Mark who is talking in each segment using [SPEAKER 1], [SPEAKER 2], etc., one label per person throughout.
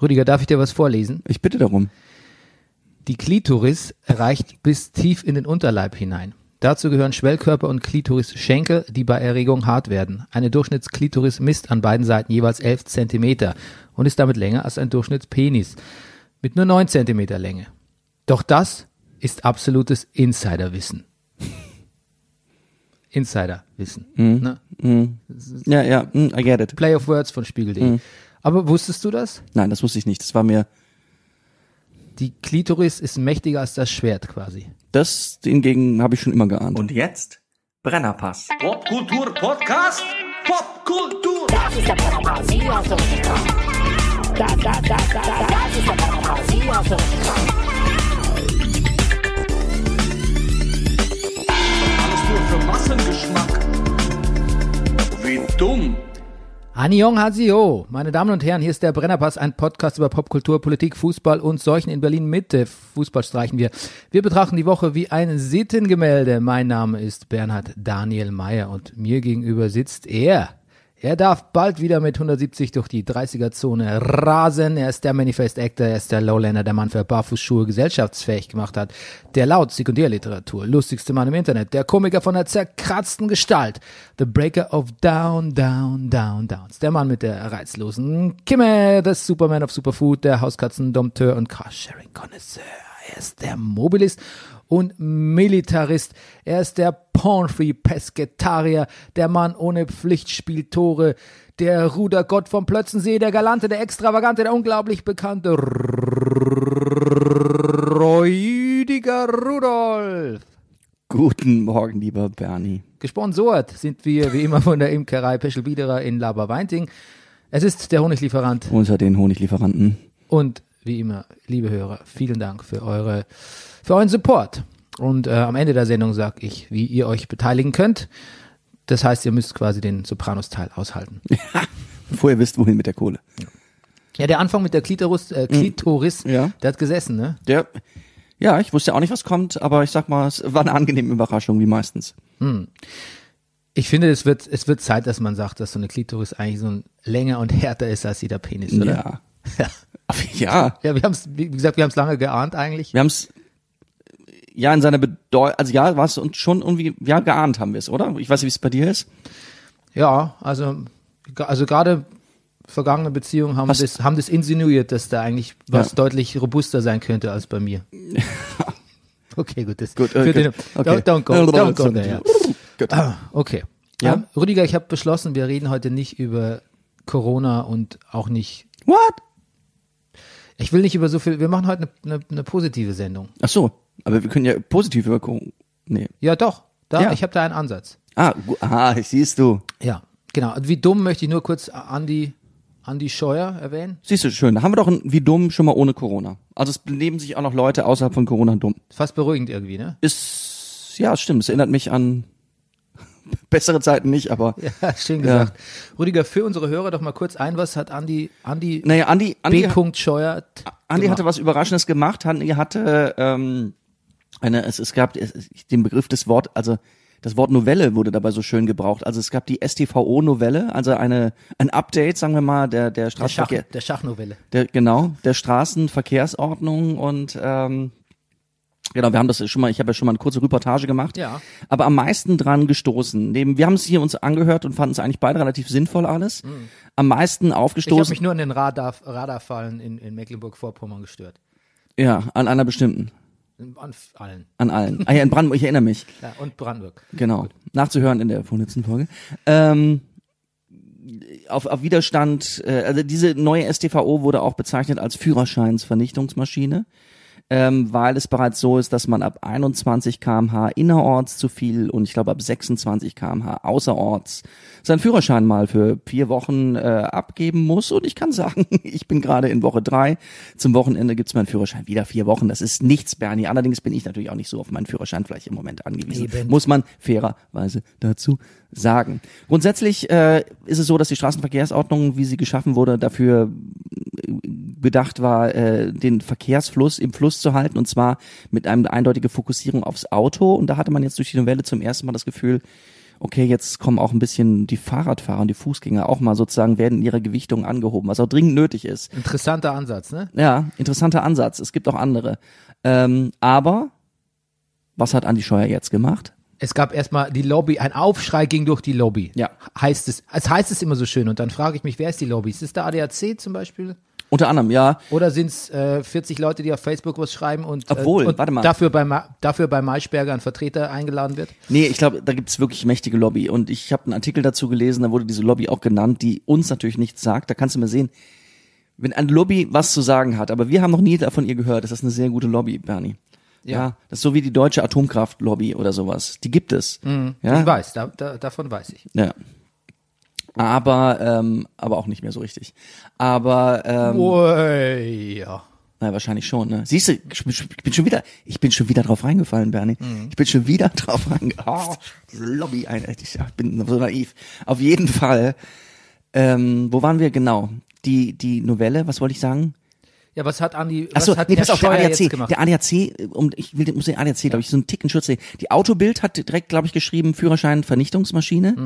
[SPEAKER 1] Rüdiger, darf ich dir was vorlesen?
[SPEAKER 2] Ich bitte darum.
[SPEAKER 1] Die Klitoris reicht bis tief in den Unterleib hinein. Dazu gehören Schwellkörper und Klitoris-Schenkel, die bei Erregung hart werden. Eine Durchschnittsklitoris misst an beiden Seiten jeweils 11 Zentimeter und ist damit länger als ein Durchschnittspenis mit nur 9 Zentimeter Länge. Doch das ist absolutes Insiderwissen. Insiderwissen. Ne?
[SPEAKER 2] Ja, ja, mm, I get it.
[SPEAKER 1] Play of Words von Spiegel.de. Aber wusstest du das?
[SPEAKER 2] Nein, das wusste ich nicht. Das war mir,
[SPEAKER 1] Die Klitoris ist mächtiger als das Schwert quasi.
[SPEAKER 2] das hingegen habe ich schon immer geahnt.
[SPEAKER 3] Und jetzt Brennerpass.
[SPEAKER 4] Popkultur Podcast. Popkultur. Alles nur für Massengeschmack. Wie dumm.
[SPEAKER 1] Annyeong Hasio, meine Damen und Herren, hier ist der Brennerpass, ein Podcast über Popkultur, Politik, Fußball und Seuchen in Berlin Mitte. Fußball streichen wir. Wir betrachten die Woche wie ein Sittengemälde. Mein Name ist Bernhard Daniel Mayer und mir gegenüber sitzt er. Er darf bald wieder mit 170 durch die 30er-Zone rasen. Er ist der Manifest-Actor, er ist der Lowlander, der Mann für Barfußschuhe gesellschaftsfähig gemacht hat. Der laut Sekundärliteratur, lustigste Mann im Internet, der Komiker von der zerkratzten Gestalt. The Breaker of Down, Down, Down, Downs. Der Mann mit der reizlosen Kimme, der Superman of Superfood, der Hauskatzen-Dompteur und Carsharing-Konnoisseur. Er ist der Mobilist und Militarist. Er ist der Pornfree Pesketarier, der Mann ohne Pflichtspieltore, der Rudergott vom Plötzensee, der Galante, der Extravagante, der unglaublich bekannte Rüdiger Rudolf.
[SPEAKER 2] Guten Morgen, lieber Bernie.
[SPEAKER 1] Gesponsort sind wir wie immer von der Imkerei Peschel-Biederer in Laberweinting. Es ist der Honiglieferant
[SPEAKER 2] Unter den Honiglieferanten.
[SPEAKER 1] Und wie immer, liebe Hörer, vielen Dank für eure, für euren Support. Und äh, am Ende der Sendung sage ich, wie ihr euch beteiligen könnt. Das heißt, ihr müsst quasi den Sopranos-Teil aushalten.
[SPEAKER 2] Bevor ihr wisst, wohin mit der Kohle.
[SPEAKER 1] Ja, der Anfang mit der Klitoris, äh, Klitoris
[SPEAKER 2] Mm. Ja.
[SPEAKER 1] der hat gesessen, ne?
[SPEAKER 2] Der, ja, ich wusste auch nicht, was kommt, aber ich sag mal, es war eine angenehme Überraschung, wie meistens.
[SPEAKER 1] Ich finde, es wird, es wird Zeit, dass man sagt, dass so eine Klitoris eigentlich so ein länger und härter ist als jeder Penis, oder?
[SPEAKER 2] Ja.
[SPEAKER 1] Ja.
[SPEAKER 2] Aber ja.
[SPEAKER 1] Ja, wir haben es, wie gesagt, wir haben es lange geahnt eigentlich.
[SPEAKER 2] Wir haben es, ja, in seiner Bedeutung, also ja, war es uns schon irgendwie, ja, geahnt haben wir es, oder? Ich weiß nicht, wie es bei dir ist.
[SPEAKER 1] Ja, also, also gerade vergangene Beziehungen haben
[SPEAKER 2] Hast-
[SPEAKER 1] das, haben das insinuiert, dass da eigentlich was
[SPEAKER 2] Ja.
[SPEAKER 1] deutlich robuster sein könnte als bei mir. okay, gut, das
[SPEAKER 2] Gut, äh,
[SPEAKER 1] für
[SPEAKER 2] gut.
[SPEAKER 1] Den, don't, don't go, don't go there. ja.
[SPEAKER 2] Gut.
[SPEAKER 1] Ah, okay.
[SPEAKER 2] Ja?
[SPEAKER 1] Ähm, Rüdiger, ich habe beschlossen, wir reden heute nicht über Corona und auch nicht.
[SPEAKER 2] What?
[SPEAKER 1] Ich will nicht über so viel. Wir machen heute eine, eine, eine positive Sendung.
[SPEAKER 2] Ach so, aber wir können ja positiv über Corona. Nee.
[SPEAKER 1] Ja, doch. Da,
[SPEAKER 2] Ja.
[SPEAKER 1] Ich habe da einen Ansatz.
[SPEAKER 2] Ah, gu- aha, siehst du.
[SPEAKER 1] Ja, genau. Und Wie dumm möchte ich nur kurz Andi, Andi Scheuer erwähnen.
[SPEAKER 2] Siehst du, schön. Da haben wir doch ein wie dumm schon mal ohne Corona. Also es benehmen sich auch noch Leute außerhalb von Corona dumm.
[SPEAKER 1] Fast beruhigend irgendwie, ne?
[SPEAKER 2] Ist, ja, stimmt. Es erinnert mich an bessere Zeiten nicht, aber.
[SPEAKER 1] Ja, schön gesagt. Rüdiger, für unsere Hörer doch mal kurz ein, was hat Andi, Andi
[SPEAKER 2] Naja, Andi, Andi,
[SPEAKER 1] B. Scheuer t-
[SPEAKER 2] Andi
[SPEAKER 1] gemacht?
[SPEAKER 2] hatte was Überraschendes gemacht. Andi hatte ähm, eine, es, es gab es, es- den Begriff des Wort, also das Wort Novelle wurde dabei so schön gebraucht. Also es gab die STVO-Novelle, also eine ein Update, sagen wir mal, der der
[SPEAKER 1] der, Schach,
[SPEAKER 2] Straßenverkehr,
[SPEAKER 1] der Schachnovelle.
[SPEAKER 2] der, genau, der Straßenverkehrsordnung und ähm, genau, wir haben das schon mal, ich habe ja schon mal eine kurze Reportage gemacht.
[SPEAKER 1] Ja.
[SPEAKER 2] Aber am meisten dran gestoßen. Neben, wir haben es hier uns angehört und fanden es eigentlich beide relativ sinnvoll alles. Am meisten
[SPEAKER 1] Mhm. Ich habe
[SPEAKER 2] aufgestoßen.
[SPEAKER 1] mich nur an den Radar, Radarfallen in, in Mecklenburg-Vorpommern gestört.
[SPEAKER 2] ja, an einer bestimmten.
[SPEAKER 1] An f- allen.
[SPEAKER 2] An allen. Ah ja, in Brandenburg, ich erinnere mich.
[SPEAKER 1] Ja, und Brandenburg.
[SPEAKER 2] Genau. Nachzuhören in der vorletzten Folge. Ähm, auf, auf Widerstand, äh, also diese neue STVO wurde auch bezeichnet als Führerscheinsvernichtungsmaschine, ähm, weil es bereits so ist, dass man ab 21 kmh innerorts zu viel und ich glaube ab 26 kmh außerorts seinen Führerschein mal für vier Wochen äh, abgeben muss. Und ich kann sagen, ich bin gerade in Woche drei. Zum Wochenende gibt's meinen Führerschein wieder vier Wochen. Das ist nichts, Bernie. Allerdings bin ich natürlich auch nicht so auf meinen Führerschein vielleicht im Moment angewiesen.
[SPEAKER 1] Eben.
[SPEAKER 2] Muss man fairerweise dazu sagen. Grundsätzlich äh, ist es so, dass die Straßenverkehrsordnung, wie sie geschaffen wurde, dafür bedacht war, äh, den Verkehrsfluss im Fluss zu halten und zwar mit einem eindeutigen Fokussierung aufs Auto. Und da hatte man jetzt durch die Novelle zum ersten Mal das Gefühl, okay, jetzt kommen auch ein bisschen die Fahrradfahrer und die Fußgänger auch mal sozusagen, werden in ihrer Gewichtung angehoben, was auch dringend nötig ist.
[SPEAKER 1] Interessanter Ansatz, ne?
[SPEAKER 2] Ja, interessanter Ansatz. Es gibt auch andere. Ähm, aber was hat Andi Scheuer jetzt gemacht?
[SPEAKER 1] Es gab erstmal die Lobby, ein Aufschrei ging durch die Lobby.
[SPEAKER 2] Ja.
[SPEAKER 1] Heißt es, es heißt es immer so schön. Und dann frage ich mich, wer ist die Lobby? Ist es der ADAC zum Beispiel?
[SPEAKER 2] Unter anderem, ja,
[SPEAKER 1] Oder sind es äh, 40 Leute, die auf Facebook was schreiben und,
[SPEAKER 2] Obwohl,
[SPEAKER 1] äh, und
[SPEAKER 2] warte mal.
[SPEAKER 1] dafür bei Ma dafür bei Maischberger ein Vertreter eingeladen wird?
[SPEAKER 2] Nee, ich glaube, da gibt's wirklich mächtige Lobby. Und ich habe einen Artikel dazu gelesen, da wurde diese Lobby auch genannt, die uns natürlich nichts sagt. Da kannst du mal sehen, wenn eine Lobby was zu sagen hat, aber wir haben noch nie davon ihr gehört, ist das eine sehr gute Lobby, Bernie. Ja. das ist so wie die deutsche Atomkraft-Lobby oder sowas. Mhm. Die gibt es.
[SPEAKER 1] Ich
[SPEAKER 2] Ja?
[SPEAKER 1] weiß, da, da, davon weiß ich.
[SPEAKER 2] ja. Aber, ähm, aber auch nicht mehr so richtig. Aber, ähm,
[SPEAKER 1] Ui, Oh, ja.
[SPEAKER 2] na, wahrscheinlich schon, ne? Siehst du, ich bin ich bin schon wieder, ich bin schon wieder drauf reingefallen, Bernie.
[SPEAKER 1] Mhm.
[SPEAKER 2] Ich bin schon wieder drauf reingefallen. Oh, diese Lobby, ein- ich bin so naiv. Auf jeden Fall. Ähm, wo waren wir genau? Die, die Novelle, was wollte ich sagen?
[SPEAKER 1] Ja, was hat Andi, was
[SPEAKER 2] Achso,
[SPEAKER 1] hat
[SPEAKER 2] nee,
[SPEAKER 1] der
[SPEAKER 2] pass auf, der
[SPEAKER 1] Scheuer jetzt
[SPEAKER 2] ADAC.
[SPEAKER 1] gemacht?
[SPEAKER 2] Der ADAC, äh, um, ich will, muss den ADAC, glaube ich, so einen Ticken schürzen. Die Autobild hat direkt, glaube ich, geschrieben, Führerschein, Vernichtungsmaschine.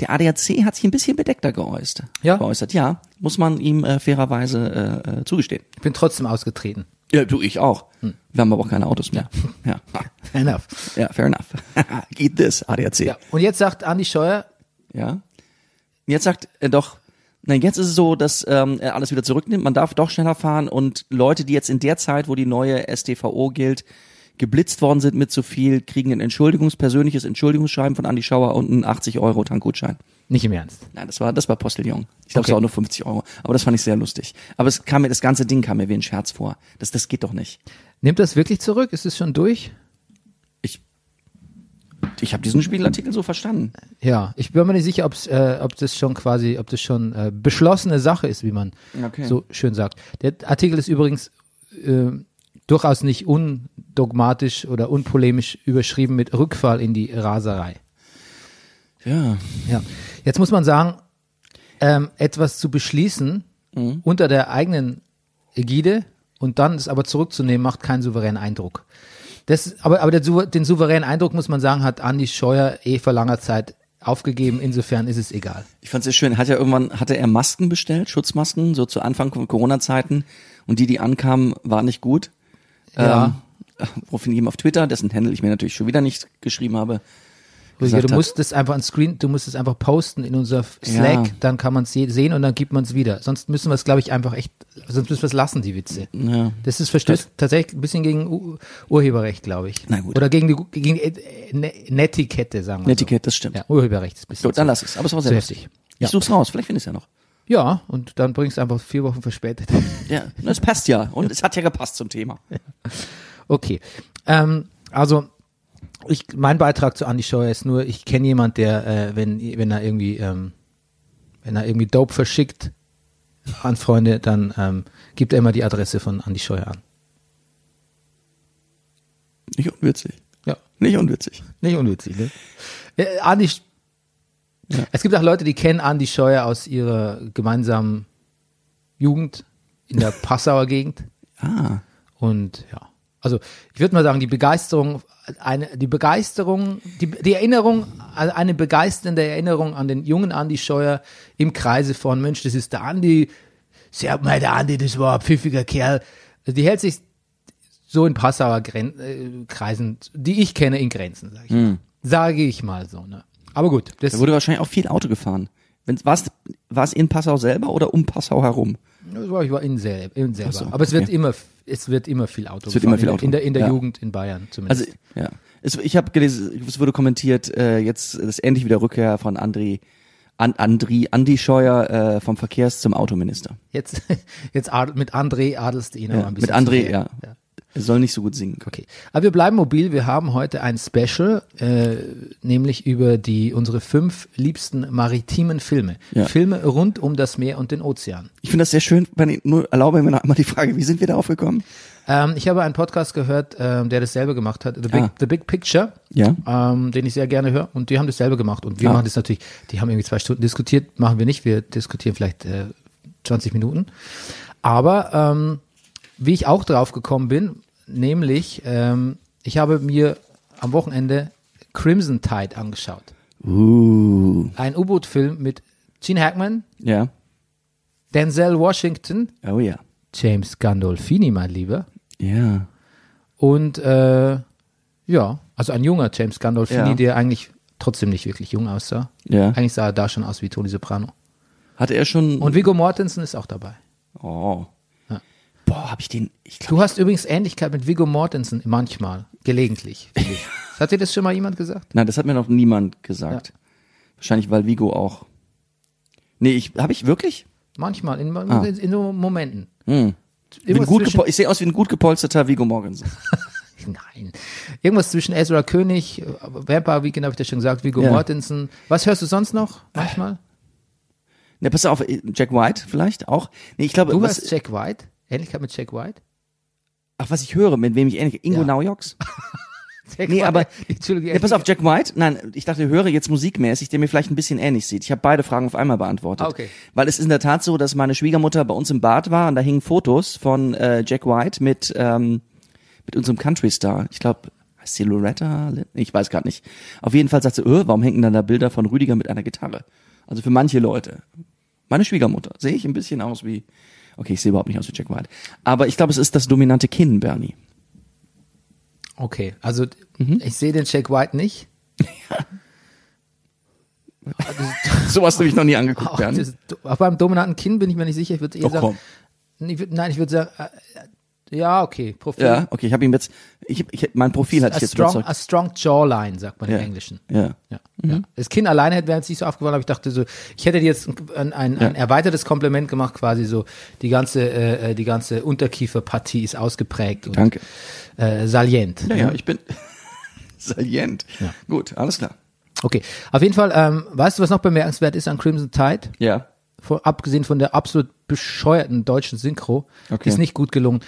[SPEAKER 2] Der ADAC hat sich ein bisschen bedeckter geäußert.
[SPEAKER 1] Mhm. Ja?
[SPEAKER 2] Geäußert, ja. Muss man ihm äh, fairerweise äh, äh, zugestehen.
[SPEAKER 1] ich bin trotzdem ausgetreten.
[SPEAKER 2] Ja, du, ich auch. Wir haben aber auch keine Autos mehr. Hm. Ja,
[SPEAKER 1] Enough.
[SPEAKER 2] ja fair enough. Eat this, ADAC.
[SPEAKER 1] Ja.
[SPEAKER 2] Ja.
[SPEAKER 1] Und jetzt sagt Andi Scheuer,
[SPEAKER 2] Und Jetzt sagt äh, doch, na, jetzt ist es so, dass ähm, er alles wieder zurücknimmt. Man darf doch schneller fahren und Leute, die jetzt in der Zeit, wo die neue STVO gilt, geblitzt worden sind mit zu viel, kriegen ein Entschuldigungs-, persönliches Entschuldigungsschreiben von Andi Schauer und einen 80-Euro-Tankgutschein.
[SPEAKER 1] nicht im Ernst.
[SPEAKER 2] Nein, das war, das war Postillon. Ich glaube, es
[SPEAKER 1] Okay.
[SPEAKER 2] war auch nur 50 Euro. Aber das fand ich sehr lustig. Aber es kam mir, das ganze Ding kam mir wie ein Scherz vor. Das, das geht doch nicht.
[SPEAKER 1] Nimmt das wirklich zurück? Ist es schon durch?
[SPEAKER 2] Ich, ich habe diesen Spiegelartikel so verstanden.
[SPEAKER 1] Ja, ich bin mir nicht sicher, ob's, äh, ob das schon quasi, ob das schon äh, beschlossene Sache ist, wie man
[SPEAKER 2] Okay.
[SPEAKER 1] so schön sagt. Der Artikel ist übrigens äh, durchaus nicht undogmatisch oder unpolemisch überschrieben mit Rückfall in die Raserei.
[SPEAKER 2] Ja.
[SPEAKER 1] Ja. Jetzt muss man sagen, ähm, etwas zu beschließen unter der eigenen Ägide und dann es aber zurückzunehmen, macht keinen souveränen Eindruck. Das, aber aber der, souver- den souveränen Eindruck, muss man sagen, hat Andi Scheuer eh vor langer Zeit aufgegeben. Insofern ist es egal.
[SPEAKER 2] Ich fand's sehr schön. Hat ja irgendwann, hatte er Masken bestellt, Schutzmasken, so zu Anfang von Corona-Zeiten. Und die, die ankamen, waren nicht gut.
[SPEAKER 1] Ja.
[SPEAKER 2] Ähm, woraufhin ich ihm auf Twitter, dessen Handle ich mir natürlich schon wieder nicht geschrieben habe.
[SPEAKER 1] Rüdiger,
[SPEAKER 2] gesagt
[SPEAKER 1] du
[SPEAKER 2] hat.
[SPEAKER 1] musst das einfach an Screen, du musst es einfach posten in unser Slack,
[SPEAKER 2] Ja.
[SPEAKER 1] dann kann man es sehen und dann gibt man es wieder. Sonst müssen wir es, glaube ich, einfach echt, sonst müssen wir es lassen, die Witze.
[SPEAKER 2] Ja.
[SPEAKER 1] Das ist verstößt tatsächlich ein bisschen gegen U Urheberrecht, glaube ich.
[SPEAKER 2] Na gut.
[SPEAKER 1] Oder gegen die Gu- gegen äh, ne Netiquette, sagen wir
[SPEAKER 2] Netiquette, das
[SPEAKER 1] So.
[SPEAKER 2] stimmt.
[SPEAKER 1] Ja, Urheberrecht ist ein bisschen.
[SPEAKER 2] Gut, also dann
[SPEAKER 1] zu-
[SPEAKER 2] lass es. Aber es war sehr
[SPEAKER 1] zu
[SPEAKER 2] lustig.
[SPEAKER 1] heftig.
[SPEAKER 2] Ich
[SPEAKER 1] Ja.
[SPEAKER 2] such's raus, vielleicht findest du ja noch.
[SPEAKER 1] ja, und dann bringst du einfach vier Wochen verspätet.
[SPEAKER 2] Ja, na, es passt ja. Und es hat ja gepasst zum Thema.
[SPEAKER 1] Okay. Ähm, also ich, mein Beitrag zu Andy Scheuer ist nur, ich kenne jemand, der, äh, wenn, wenn er irgendwie, ähm, wenn er irgendwie Dope verschickt an Freunde, dann ähm, gibt er immer die Adresse von Andy Scheuer an.
[SPEAKER 2] Nicht unwitzig.
[SPEAKER 1] Ja,
[SPEAKER 2] Nicht unwitzig.
[SPEAKER 1] nicht unwitzig, ne? Äh, Andy, Sch- Es gibt auch Leute, die kennen Andy Scheuer aus ihrer gemeinsamen Jugend in der Passauer Gegend.
[SPEAKER 2] Ah.
[SPEAKER 1] Und ja, also ich würde mal sagen, die Begeisterung, eine, die Begeisterung, die, die Erinnerung, an- eine begeisternde Erinnerung an den jungen Andi Scheuer im Kreise von Mensch, das ist der Andi, sehr mal der Andi, das war ein pfiffiger Kerl. Also die hält sich so in Passauer Gren äh, Kreisen, die ich kenne, in Grenzen, sage ich,
[SPEAKER 2] Hm.
[SPEAKER 1] mal. sage ich mal so. Ne? Aber gut, das
[SPEAKER 2] Da wurde wahrscheinlich auch viel Auto gefahren. Wenn's- War's war's in Passau selber oder um Passau herum?
[SPEAKER 1] Das war, ich war in selber. In selber.
[SPEAKER 2] so,
[SPEAKER 1] Aber es wird
[SPEAKER 2] okay.
[SPEAKER 1] immer, es wird immer viel Auto.
[SPEAKER 2] Es wird immer
[SPEAKER 1] gefahren, in,
[SPEAKER 2] viel Auto.
[SPEAKER 1] In der, in der
[SPEAKER 2] Ja.
[SPEAKER 1] Jugend in Bayern zumindest.
[SPEAKER 2] Also ja, es, ich habe gelesen, es wurde kommentiert, äh, jetzt ist endlich wieder Rückkehr von Andri, an, Andri, Andi Scheuer äh, vom Verkehrs zum Autominister.
[SPEAKER 1] jetzt, jetzt Adel, mit André adelst du ihn noch
[SPEAKER 2] Ja,
[SPEAKER 1] ein
[SPEAKER 2] mit
[SPEAKER 1] bisschen.
[SPEAKER 2] Andri,
[SPEAKER 1] zu
[SPEAKER 2] ja.
[SPEAKER 1] sehr.
[SPEAKER 2] Er soll nicht so gut singen.
[SPEAKER 1] Okay. Aber wir bleiben mobil. Wir haben heute ein Special, äh, nämlich über die, unsere fünf liebsten maritimen Filme.
[SPEAKER 2] Ja.
[SPEAKER 1] Filme rund um das Meer und den Ozean.
[SPEAKER 2] Ich finde das sehr schön, Bernie, nur erlaube mir noch einmal die Frage, wie sind wir darauf gekommen?
[SPEAKER 1] Ähm, ich habe einen Podcast gehört, ähm, der dasselbe gemacht hat, The Big,
[SPEAKER 2] Ah.
[SPEAKER 1] The Big Picture,
[SPEAKER 2] Ja.
[SPEAKER 1] ähm, den ich sehr gerne höre. Und die haben dasselbe gemacht. Und wir
[SPEAKER 2] Ah.
[SPEAKER 1] machen das natürlich, die haben irgendwie zwei Stunden diskutiert, machen wir nicht. Wir diskutieren vielleicht äh, 20 Minuten. Aber ähm, wie ich auch drauf gekommen bin, nämlich ähm, ich habe mir am Wochenende Crimson Tide angeschaut.
[SPEAKER 2] Uh.
[SPEAKER 1] Ein U-Boot-Film mit Gene Hackman,
[SPEAKER 2] Ja.
[SPEAKER 1] Denzel Washington,
[SPEAKER 2] Oh ja.
[SPEAKER 1] James Gandolfini, mein Lieber.
[SPEAKER 2] Ja.
[SPEAKER 1] Und äh, ja, also ein junger James Gandolfini,
[SPEAKER 2] Ja.
[SPEAKER 1] der eigentlich trotzdem nicht wirklich jung aussah.
[SPEAKER 2] Ja.
[SPEAKER 1] Eigentlich sah er da schon aus wie Tony Soprano.
[SPEAKER 2] Hatte er schon.
[SPEAKER 1] Und Viggo Mortensen ist auch dabei.
[SPEAKER 2] oh.
[SPEAKER 1] Ja.
[SPEAKER 2] Boah, hab ich den. Ich glaub,
[SPEAKER 1] Du hast übrigens Ähnlichkeit mit Viggo Mortensen manchmal, gelegentlich. finde ich. Hat dir das schon mal jemand gesagt?
[SPEAKER 2] nein, das hat mir noch niemand gesagt. Wahrscheinlich, weil Vigo auch. Nee, ich. Hab ich wirklich?
[SPEAKER 1] Manchmal, in,
[SPEAKER 2] Ah.
[SPEAKER 1] in, in so Momenten.
[SPEAKER 2] Hm. Ich,
[SPEAKER 1] Irgendwas
[SPEAKER 2] bin gut
[SPEAKER 1] zwischen-
[SPEAKER 2] gepol- ich sehe aus wie ein gut gepolsterter Vigo Morgensen.
[SPEAKER 1] Nein. Irgendwas zwischen Ezra König, äh, Vampire Weekend habe ich dir schon gesagt, Viggo
[SPEAKER 2] Ja.
[SPEAKER 1] Mortensen. Was hörst du sonst noch manchmal?
[SPEAKER 2] Ne, pass auf, äh, Jack White vielleicht auch. Nee, ich glaube,
[SPEAKER 1] Du
[SPEAKER 2] was,
[SPEAKER 1] hast Jack White? Ähnlichkeit mit Jack White?
[SPEAKER 2] ach, was ich höre, mit wem ich ähnlich. Ingo
[SPEAKER 1] Ja.
[SPEAKER 2] Naujoks.
[SPEAKER 1] Jack
[SPEAKER 2] Nee,
[SPEAKER 1] White,
[SPEAKER 2] aber-
[SPEAKER 1] Entschuldige,
[SPEAKER 2] Ne, pass auf, Jack White. Nein, ich dachte, höre jetzt musikmäßig, der mir vielleicht ein bisschen ähnlich sieht. Ich habe beide Fragen auf einmal beantwortet.
[SPEAKER 1] Ah, okay.
[SPEAKER 2] Weil es ist in der Tat so, dass meine Schwiegermutter bei uns im Bad war und da hingen Fotos von äh, Jack White mit, ähm, mit unserem Country-Star. Ich glaube, heißt sie Loretta? Lin- Ich weiß gerade nicht. Auf jeden Fall sagt sie, öh, warum hängen dann da Bilder von Rüdiger mit einer Gitarre? Also für manche Leute. Meine Schwiegermutter. Sehe ich ein bisschen aus wie... Okay, ich sehe überhaupt nicht aus wie Jack White. Aber ich glaube, es ist das dominante Kinn, Bernie.
[SPEAKER 1] Okay, also
[SPEAKER 2] Mhm.
[SPEAKER 1] ich sehe den Jack White nicht.
[SPEAKER 2] Sowas habe ich noch nie angeguckt,
[SPEAKER 1] Auch
[SPEAKER 2] Bernie.
[SPEAKER 1] Oh, das, auch beim dominanten Kinn bin ich mir nicht sicher. Ich würde eher
[SPEAKER 2] Oh,
[SPEAKER 1] sagen.
[SPEAKER 2] komm.
[SPEAKER 1] Nee, Ich würd, nein, ich würde sagen, äh, äh, ja, okay, Profil.
[SPEAKER 2] Ja, okay, ich habe ihm jetzt, ich, ich, mein Profil hat
[SPEAKER 1] a,
[SPEAKER 2] ich jetzt
[SPEAKER 1] strong,
[SPEAKER 2] überzeugt.
[SPEAKER 1] a strong jawline, sagt man
[SPEAKER 2] Ja. Mhm.
[SPEAKER 1] im Englischen.
[SPEAKER 2] Ja.
[SPEAKER 1] Ja, ja. Das Kinn alleine hätte mir jetzt nicht so aufgefallen, aber ich dachte so, ich hätte dir jetzt ein, ein, ein erweitertes Kompliment gemacht, quasi so, die ganze, äh, äh, die ganze Unterkieferpartie ist ausgeprägt und
[SPEAKER 2] Danke.
[SPEAKER 1] Äh, salient.
[SPEAKER 2] Ja, ja, ich bin salient. Gut, alles klar.
[SPEAKER 1] Okay, auf jeden Fall, ähm, weißt du, was noch bemerkenswert ist an Crimson Tide?
[SPEAKER 2] Ja.
[SPEAKER 1] Vor, abgesehen von der absolut bescheuerten deutschen Synchro,
[SPEAKER 2] Okay.
[SPEAKER 1] ist nicht gut gelungen.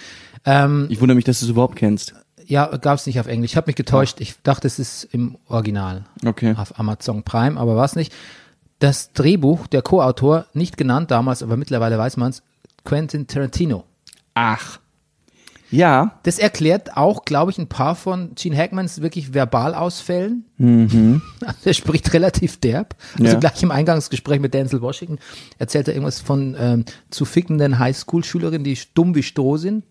[SPEAKER 1] Ähm,
[SPEAKER 2] Ich wundere mich, dass du es überhaupt kennst.
[SPEAKER 1] ja, gab's nicht auf Englisch. Ich habe mich getäuscht. Ich dachte, es ist im Original
[SPEAKER 2] Ah. Okay.
[SPEAKER 1] auf Amazon Prime, aber war's nicht. Das Drehbuch, der Co-Autor, nicht genannt damals, aber mittlerweile weiß man's, Quentin Tarantino.
[SPEAKER 2] Ach. Ja,
[SPEAKER 1] Das erklärt auch, glaube ich, ein paar von Gene Hackmans wirklich Verbalausfällen. Er spricht relativ derb. Also
[SPEAKER 2] Mhm. Ja.
[SPEAKER 1] gleich im Eingangsgespräch mit Denzel Washington erzählt er irgendwas von ähm, zu fickenden Highschool-Schülerinnen, die dumm wie Stroh sind.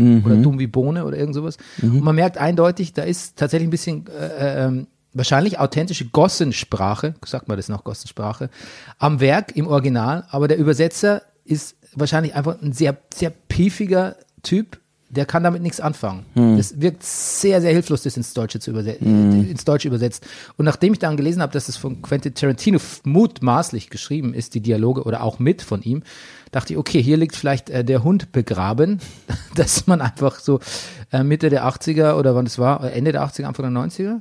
[SPEAKER 1] Oder dumm wie Bohne oder irgend sowas. Und man merkt eindeutig, da ist tatsächlich ein bisschen äh, ähm, wahrscheinlich authentische Gossensprache, sagt man das noch, Gossensprache, am Werk im Original, aber der Übersetzer ist wahrscheinlich einfach ein sehr, sehr piefiger Typ, der kann damit nichts anfangen. Das wirkt sehr, sehr hilflos, das ins Deutsche zu übersetzen,
[SPEAKER 2] Mhm.
[SPEAKER 1] ins Deutsche übersetzt. Und nachdem ich dann gelesen habe, dass es von Quentin Tarantino f- mutmaßlich geschrieben ist, die Dialoge oder auch mit von ihm, dachte ich, okay, hier liegt vielleicht äh, der Hund begraben, dass man einfach so äh, Mitte der 80er oder wann es war, äh, Ende der 80er, Anfang der 90er,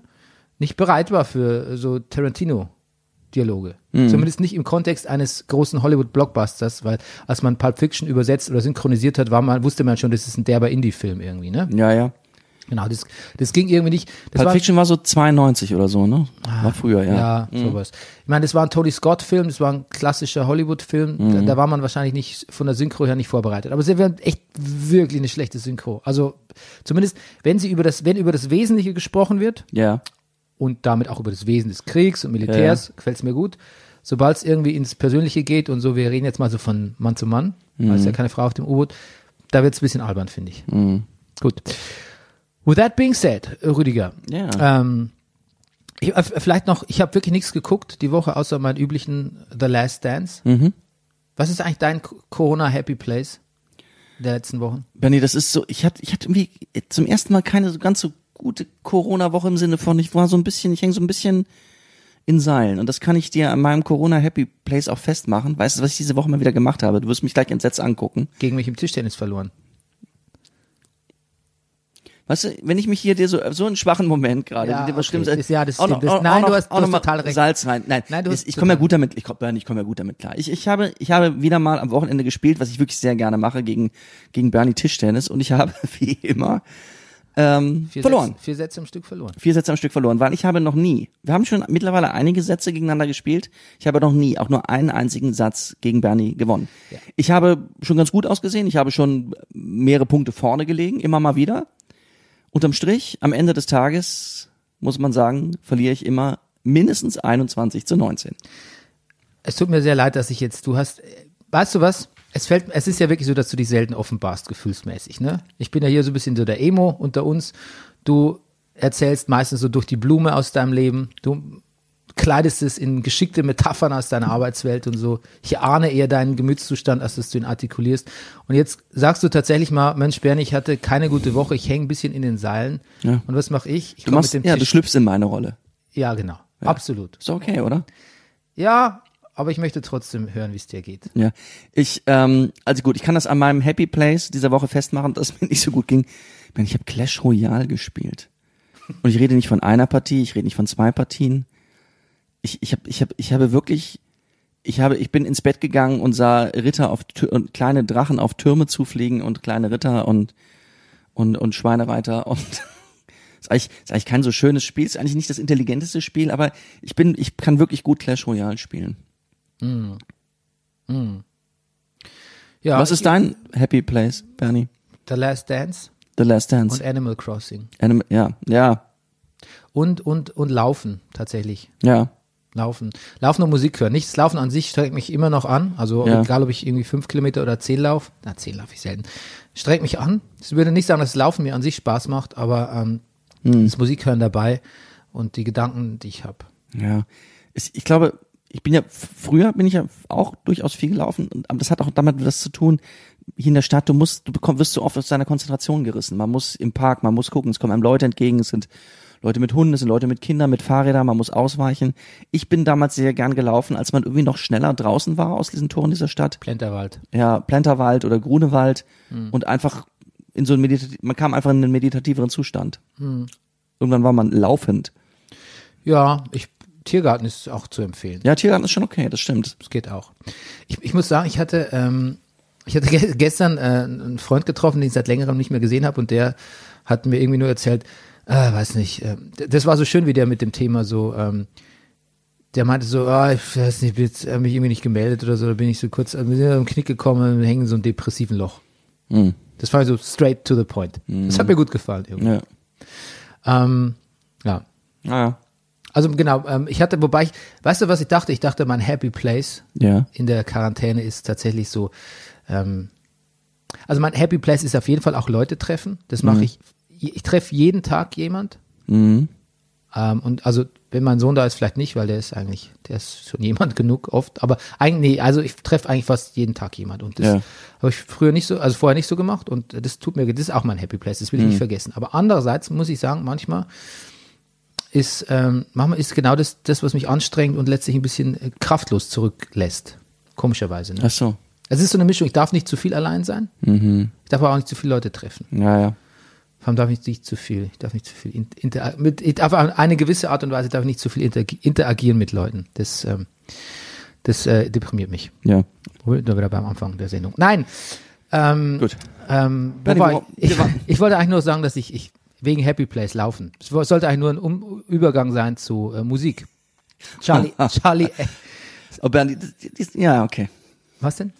[SPEAKER 1] nicht bereit war für äh, so Tarantino-Dialoge.
[SPEAKER 2] Mhm.
[SPEAKER 1] Zumindest nicht im Kontext eines großen Hollywood-Blockbusters, weil als man Pulp Fiction übersetzt oder synchronisiert hat, war man, wusste man schon, das ist ein derber Indie-Film irgendwie, ne?
[SPEAKER 2] ja, ja.
[SPEAKER 1] Genau, das, das ging irgendwie nicht. Das
[SPEAKER 2] Pulp
[SPEAKER 1] war, Ah,
[SPEAKER 2] Fiction war so 92 oder so, ne? War früher, ja.
[SPEAKER 1] ja, sowas. Ich meine, das war ein Tony Scott-Film, das war ein klassischer Hollywood-Film. Da, da war man wahrscheinlich nicht von der Synchro her nicht vorbereitet. Aber sie wären echt wirklich eine schlechte Synchro. Also zumindest, wenn sie über das, wenn über das Wesentliche gesprochen wird,
[SPEAKER 2] Ja.
[SPEAKER 1] und damit auch über das Wesen des Kriegs und Militärs, gefällt's mir gut. Sobald es irgendwie ins Persönliche geht und so, wir reden jetzt mal so von Mann zu Mann, weil es ja keine Frau auf dem U-Boot, da wird's ein bisschen albern, finde ich. Gut. With that being said, Rüdiger,
[SPEAKER 2] Ja.
[SPEAKER 1] ähm, ich, äh, vielleicht noch, ich habe wirklich nichts geguckt die Woche, außer meinen üblichen The Last Dance.
[SPEAKER 2] Mhm.
[SPEAKER 1] Was ist eigentlich dein Co- Corona-Happy Place der letzten Wochen?
[SPEAKER 2] Bernie, das ist so, ich hatte, ich hatte irgendwie zum ersten Mal keine so ganz so gute Corona-Woche im Sinne von, ich war so ein bisschen, ich hänge so ein bisschen in Seilen. Und das kann ich dir an meinem Corona-Happy Place auch festmachen. Weißt du, was ich diese Woche mal wieder gemacht habe? Du wirst mich gleich entsetzt angucken.
[SPEAKER 1] Gegen mich im Tischtennis verloren.
[SPEAKER 2] Weißt du, wenn ich mich hier dir so, so einen schwachen Moment gerade,
[SPEAKER 1] Ja,
[SPEAKER 2] die- was
[SPEAKER 1] okay.
[SPEAKER 2] stimmt,
[SPEAKER 1] Das- ja, das
[SPEAKER 2] auch
[SPEAKER 1] stimmt. Das- nein, du hast-
[SPEAKER 2] auch
[SPEAKER 1] du hast
[SPEAKER 2] noch mal
[SPEAKER 1] total recht.
[SPEAKER 2] Salz rein. Nein,
[SPEAKER 1] Nein, du
[SPEAKER 2] das-
[SPEAKER 1] hast
[SPEAKER 2] ich komme ja
[SPEAKER 1] total
[SPEAKER 2] gut damit, ich komm- Bernie, ich komme ja gut damit klar. Ich, ich habe, ich habe wieder mal am Wochenende gespielt, was ich wirklich sehr gerne mache gegen gegen Bernie Tischtennis und ich habe wie immer ähm,
[SPEAKER 1] Vier
[SPEAKER 2] verloren.
[SPEAKER 1] Sätze, vier Sätze im Stück verloren.
[SPEAKER 2] Vier Sätze am Stück verloren, weil ich habe noch nie. Wir haben schon mittlerweile einige Sätze gegeneinander gespielt. Ich habe noch nie auch nur einen einzigen Satz gegen Bernie gewonnen. Ich habe schon ganz gut ausgesehen. Ich habe schon mehrere Punkte vorne gelegen, immer mal wieder unterm Strich, am Ende des Tages, muss man sagen, verliere ich immer mindestens 21 zu 19.
[SPEAKER 1] Es tut mir sehr leid, dass ich jetzt, du hast, weißt du was? Es fällt, es ist ja wirklich so, dass du dich selten offenbarst, gefühlsmäßig, ne? Ich bin ja hier so ein bisschen so der Emo unter uns. Du erzählst meistens so durch die Blume aus deinem Leben. Du kleidest es in geschickte Metaphern aus deiner Arbeitswelt und so. Ich ahne eher deinen Gemütszustand, als dass du ihn artikulierst. Und jetzt sagst du tatsächlich mal, Mensch, Bernie, ich hatte keine gute Woche, ich hänge ein bisschen in den Seilen.
[SPEAKER 2] Ja.
[SPEAKER 1] Und was mache ich? Ich
[SPEAKER 2] Du
[SPEAKER 1] komm
[SPEAKER 2] machst, ja, du
[SPEAKER 1] Tisch-
[SPEAKER 2] schlüpfst in meine Rolle.
[SPEAKER 1] Ja, genau. Absolut.
[SPEAKER 2] Ist okay, oder?
[SPEAKER 1] Ja, aber ich möchte trotzdem hören, wie es dir geht.
[SPEAKER 2] Ja, ich, ähm, also gut, ich kann das an meinem Happy Place dieser Woche festmachen, dass es mir nicht so gut ging. Man, ich habe Clash Royale gespielt. Und ich rede nicht von einer Partie, ich rede nicht von zwei Partien. Ich, ich, hab, ich, hab, ich habe wirklich, ich habe, ich bin ins Bett gegangen und sah Ritter auf Tür und kleine Drachen auf Türme zufliegen und kleine Ritter und und und Schweinereiter und ist eigentlich, ist eigentlich kein so schönes Spiel, ist eigentlich nicht das intelligenteste Spiel, aber ich bin, ich kann wirklich gut Clash Royale spielen.
[SPEAKER 1] Ja,
[SPEAKER 2] Was ist dein Happy Place, Bernie?
[SPEAKER 1] The Last Dance
[SPEAKER 2] The Last Dance.
[SPEAKER 1] und Animal Crossing.
[SPEAKER 2] Anim ja, ja,
[SPEAKER 1] Und, und, und Laufen, tatsächlich.
[SPEAKER 2] ja.
[SPEAKER 1] Laufen. Laufen und Musik hören. Nichts Laufen an sich streckt mich immer noch an. Also
[SPEAKER 2] Ja.
[SPEAKER 1] egal, ob ich irgendwie fünf Kilometer oder zehn lauf. Na, zehn laufe ich selten. Streckt mich an. Ich würde nicht sagen, dass Laufen mir an sich Spaß macht, aber ähm,
[SPEAKER 2] Hm.
[SPEAKER 1] das Musik hören dabei und die Gedanken, die ich habe.
[SPEAKER 2] Ja. Ich, ich glaube, ich bin ja, früher bin ich ja auch durchaus viel gelaufen, und- aber das hat auch damit was zu tun, hier in der Stadt, du musst, du bekommst, wirst so oft aus deiner Konzentration gerissen. Man muss im Park, man muss gucken, es kommen einem Leute entgegen, es sind Leute mit Hunden, es sind Leute mit Kindern, mit Fahrrädern, man muss ausweichen. Ich bin damals sehr gern gelaufen, als man irgendwie noch schneller draußen war aus diesen Toren dieser Stadt.
[SPEAKER 1] Plenterwald.
[SPEAKER 2] ja, Planterwald oder Grunewald und einfach in so einen meditativen, man kam einfach in einen meditativeren Zustand. Irgendwann war man laufend.
[SPEAKER 1] Ja, ich, Tiergarten ist auch zu empfehlen.
[SPEAKER 2] Ja, Tiergarten ist schon okay, das stimmt.
[SPEAKER 1] Das geht auch. Ich, ich muss sagen, ich hatte, ähm, ich hatte ge gestern äh, einen Freund getroffen, den ich seit längerem nicht mehr gesehen habe und der hat mir irgendwie nur erzählt, äh, weiß nicht, äh, d- das war so schön, wie der mit dem Thema so, ähm, der meinte so, ah, ich weiß nicht, ich bin jetzt, hab mich irgendwie nicht gemeldet oder so, da bin ich so kurz, äh, wir sind am Knick gekommen, wir hängen in so einem depressiven Loch.
[SPEAKER 2] Hm.
[SPEAKER 1] Das war so straight to the point. Das hat mir gut gefallen. Irgendwie.
[SPEAKER 2] Ja.
[SPEAKER 1] Ähm, ja.
[SPEAKER 2] Naja.
[SPEAKER 1] Also genau, ähm, ich hatte, wobei ich, weißt du, was ich dachte? Ich dachte, mein Happy Place
[SPEAKER 2] Ja.
[SPEAKER 1] in der Quarantäne ist tatsächlich so. Ähm, also mein Happy Place ist auf jeden Fall auch Leute treffen. Das mache ich. Ich treffe jeden Tag jemand.
[SPEAKER 2] Hm.
[SPEAKER 1] Ähm, und also wenn mein Sohn da ist, vielleicht nicht, weil der ist eigentlich, der ist schon jemand genug oft. Aber eigentlich, nee, also ich treffe eigentlich fast jeden Tag jemand. Und das
[SPEAKER 2] Ja.
[SPEAKER 1] habe ich früher nicht so, also vorher nicht so gemacht. Und das tut mir, das ist auch mein Happy Place. Das will ich nicht vergessen. Aber andererseits muss ich sagen, manchmal ist, ähm, manchmal ist genau das, das, was mich anstrengt und letztlich ein bisschen äh, kraftlos zurücklässt. Komischerweise. Ne?
[SPEAKER 2] Ach so.
[SPEAKER 1] Es ist so eine Mischung. Ich darf nicht zu viel allein sein.
[SPEAKER 2] Mhm.
[SPEAKER 1] Ich darf aber auch nicht zu viele Leute treffen.
[SPEAKER 2] Ja, ja.
[SPEAKER 1] Vor allem darf ich nicht zu viel. Ich darf nicht zu viel in- inter mit, ich darf auf eine gewisse Art und Weise darf ich nicht zu viel inter interagieren mit Leuten. Das, ähm, das äh, deprimiert mich.
[SPEAKER 2] Ja.
[SPEAKER 1] Obwohl, Da wieder beim Anfang der Sendung. Nein. Ähm,
[SPEAKER 2] Gut.
[SPEAKER 1] Ähm,
[SPEAKER 2] Bernie,
[SPEAKER 1] wobei,
[SPEAKER 2] worauf-
[SPEAKER 1] ich,
[SPEAKER 2] wir waren-
[SPEAKER 1] ich wollte eigentlich nur sagen, dass ich, ich wegen Happy Place laufen. Es wo- sollte eigentlich nur ein um Übergang sein zu äh, Musik. Charlie, Charlie, äh,
[SPEAKER 2] Oh, Bernie, das, das, ja, okay.
[SPEAKER 1] was denn?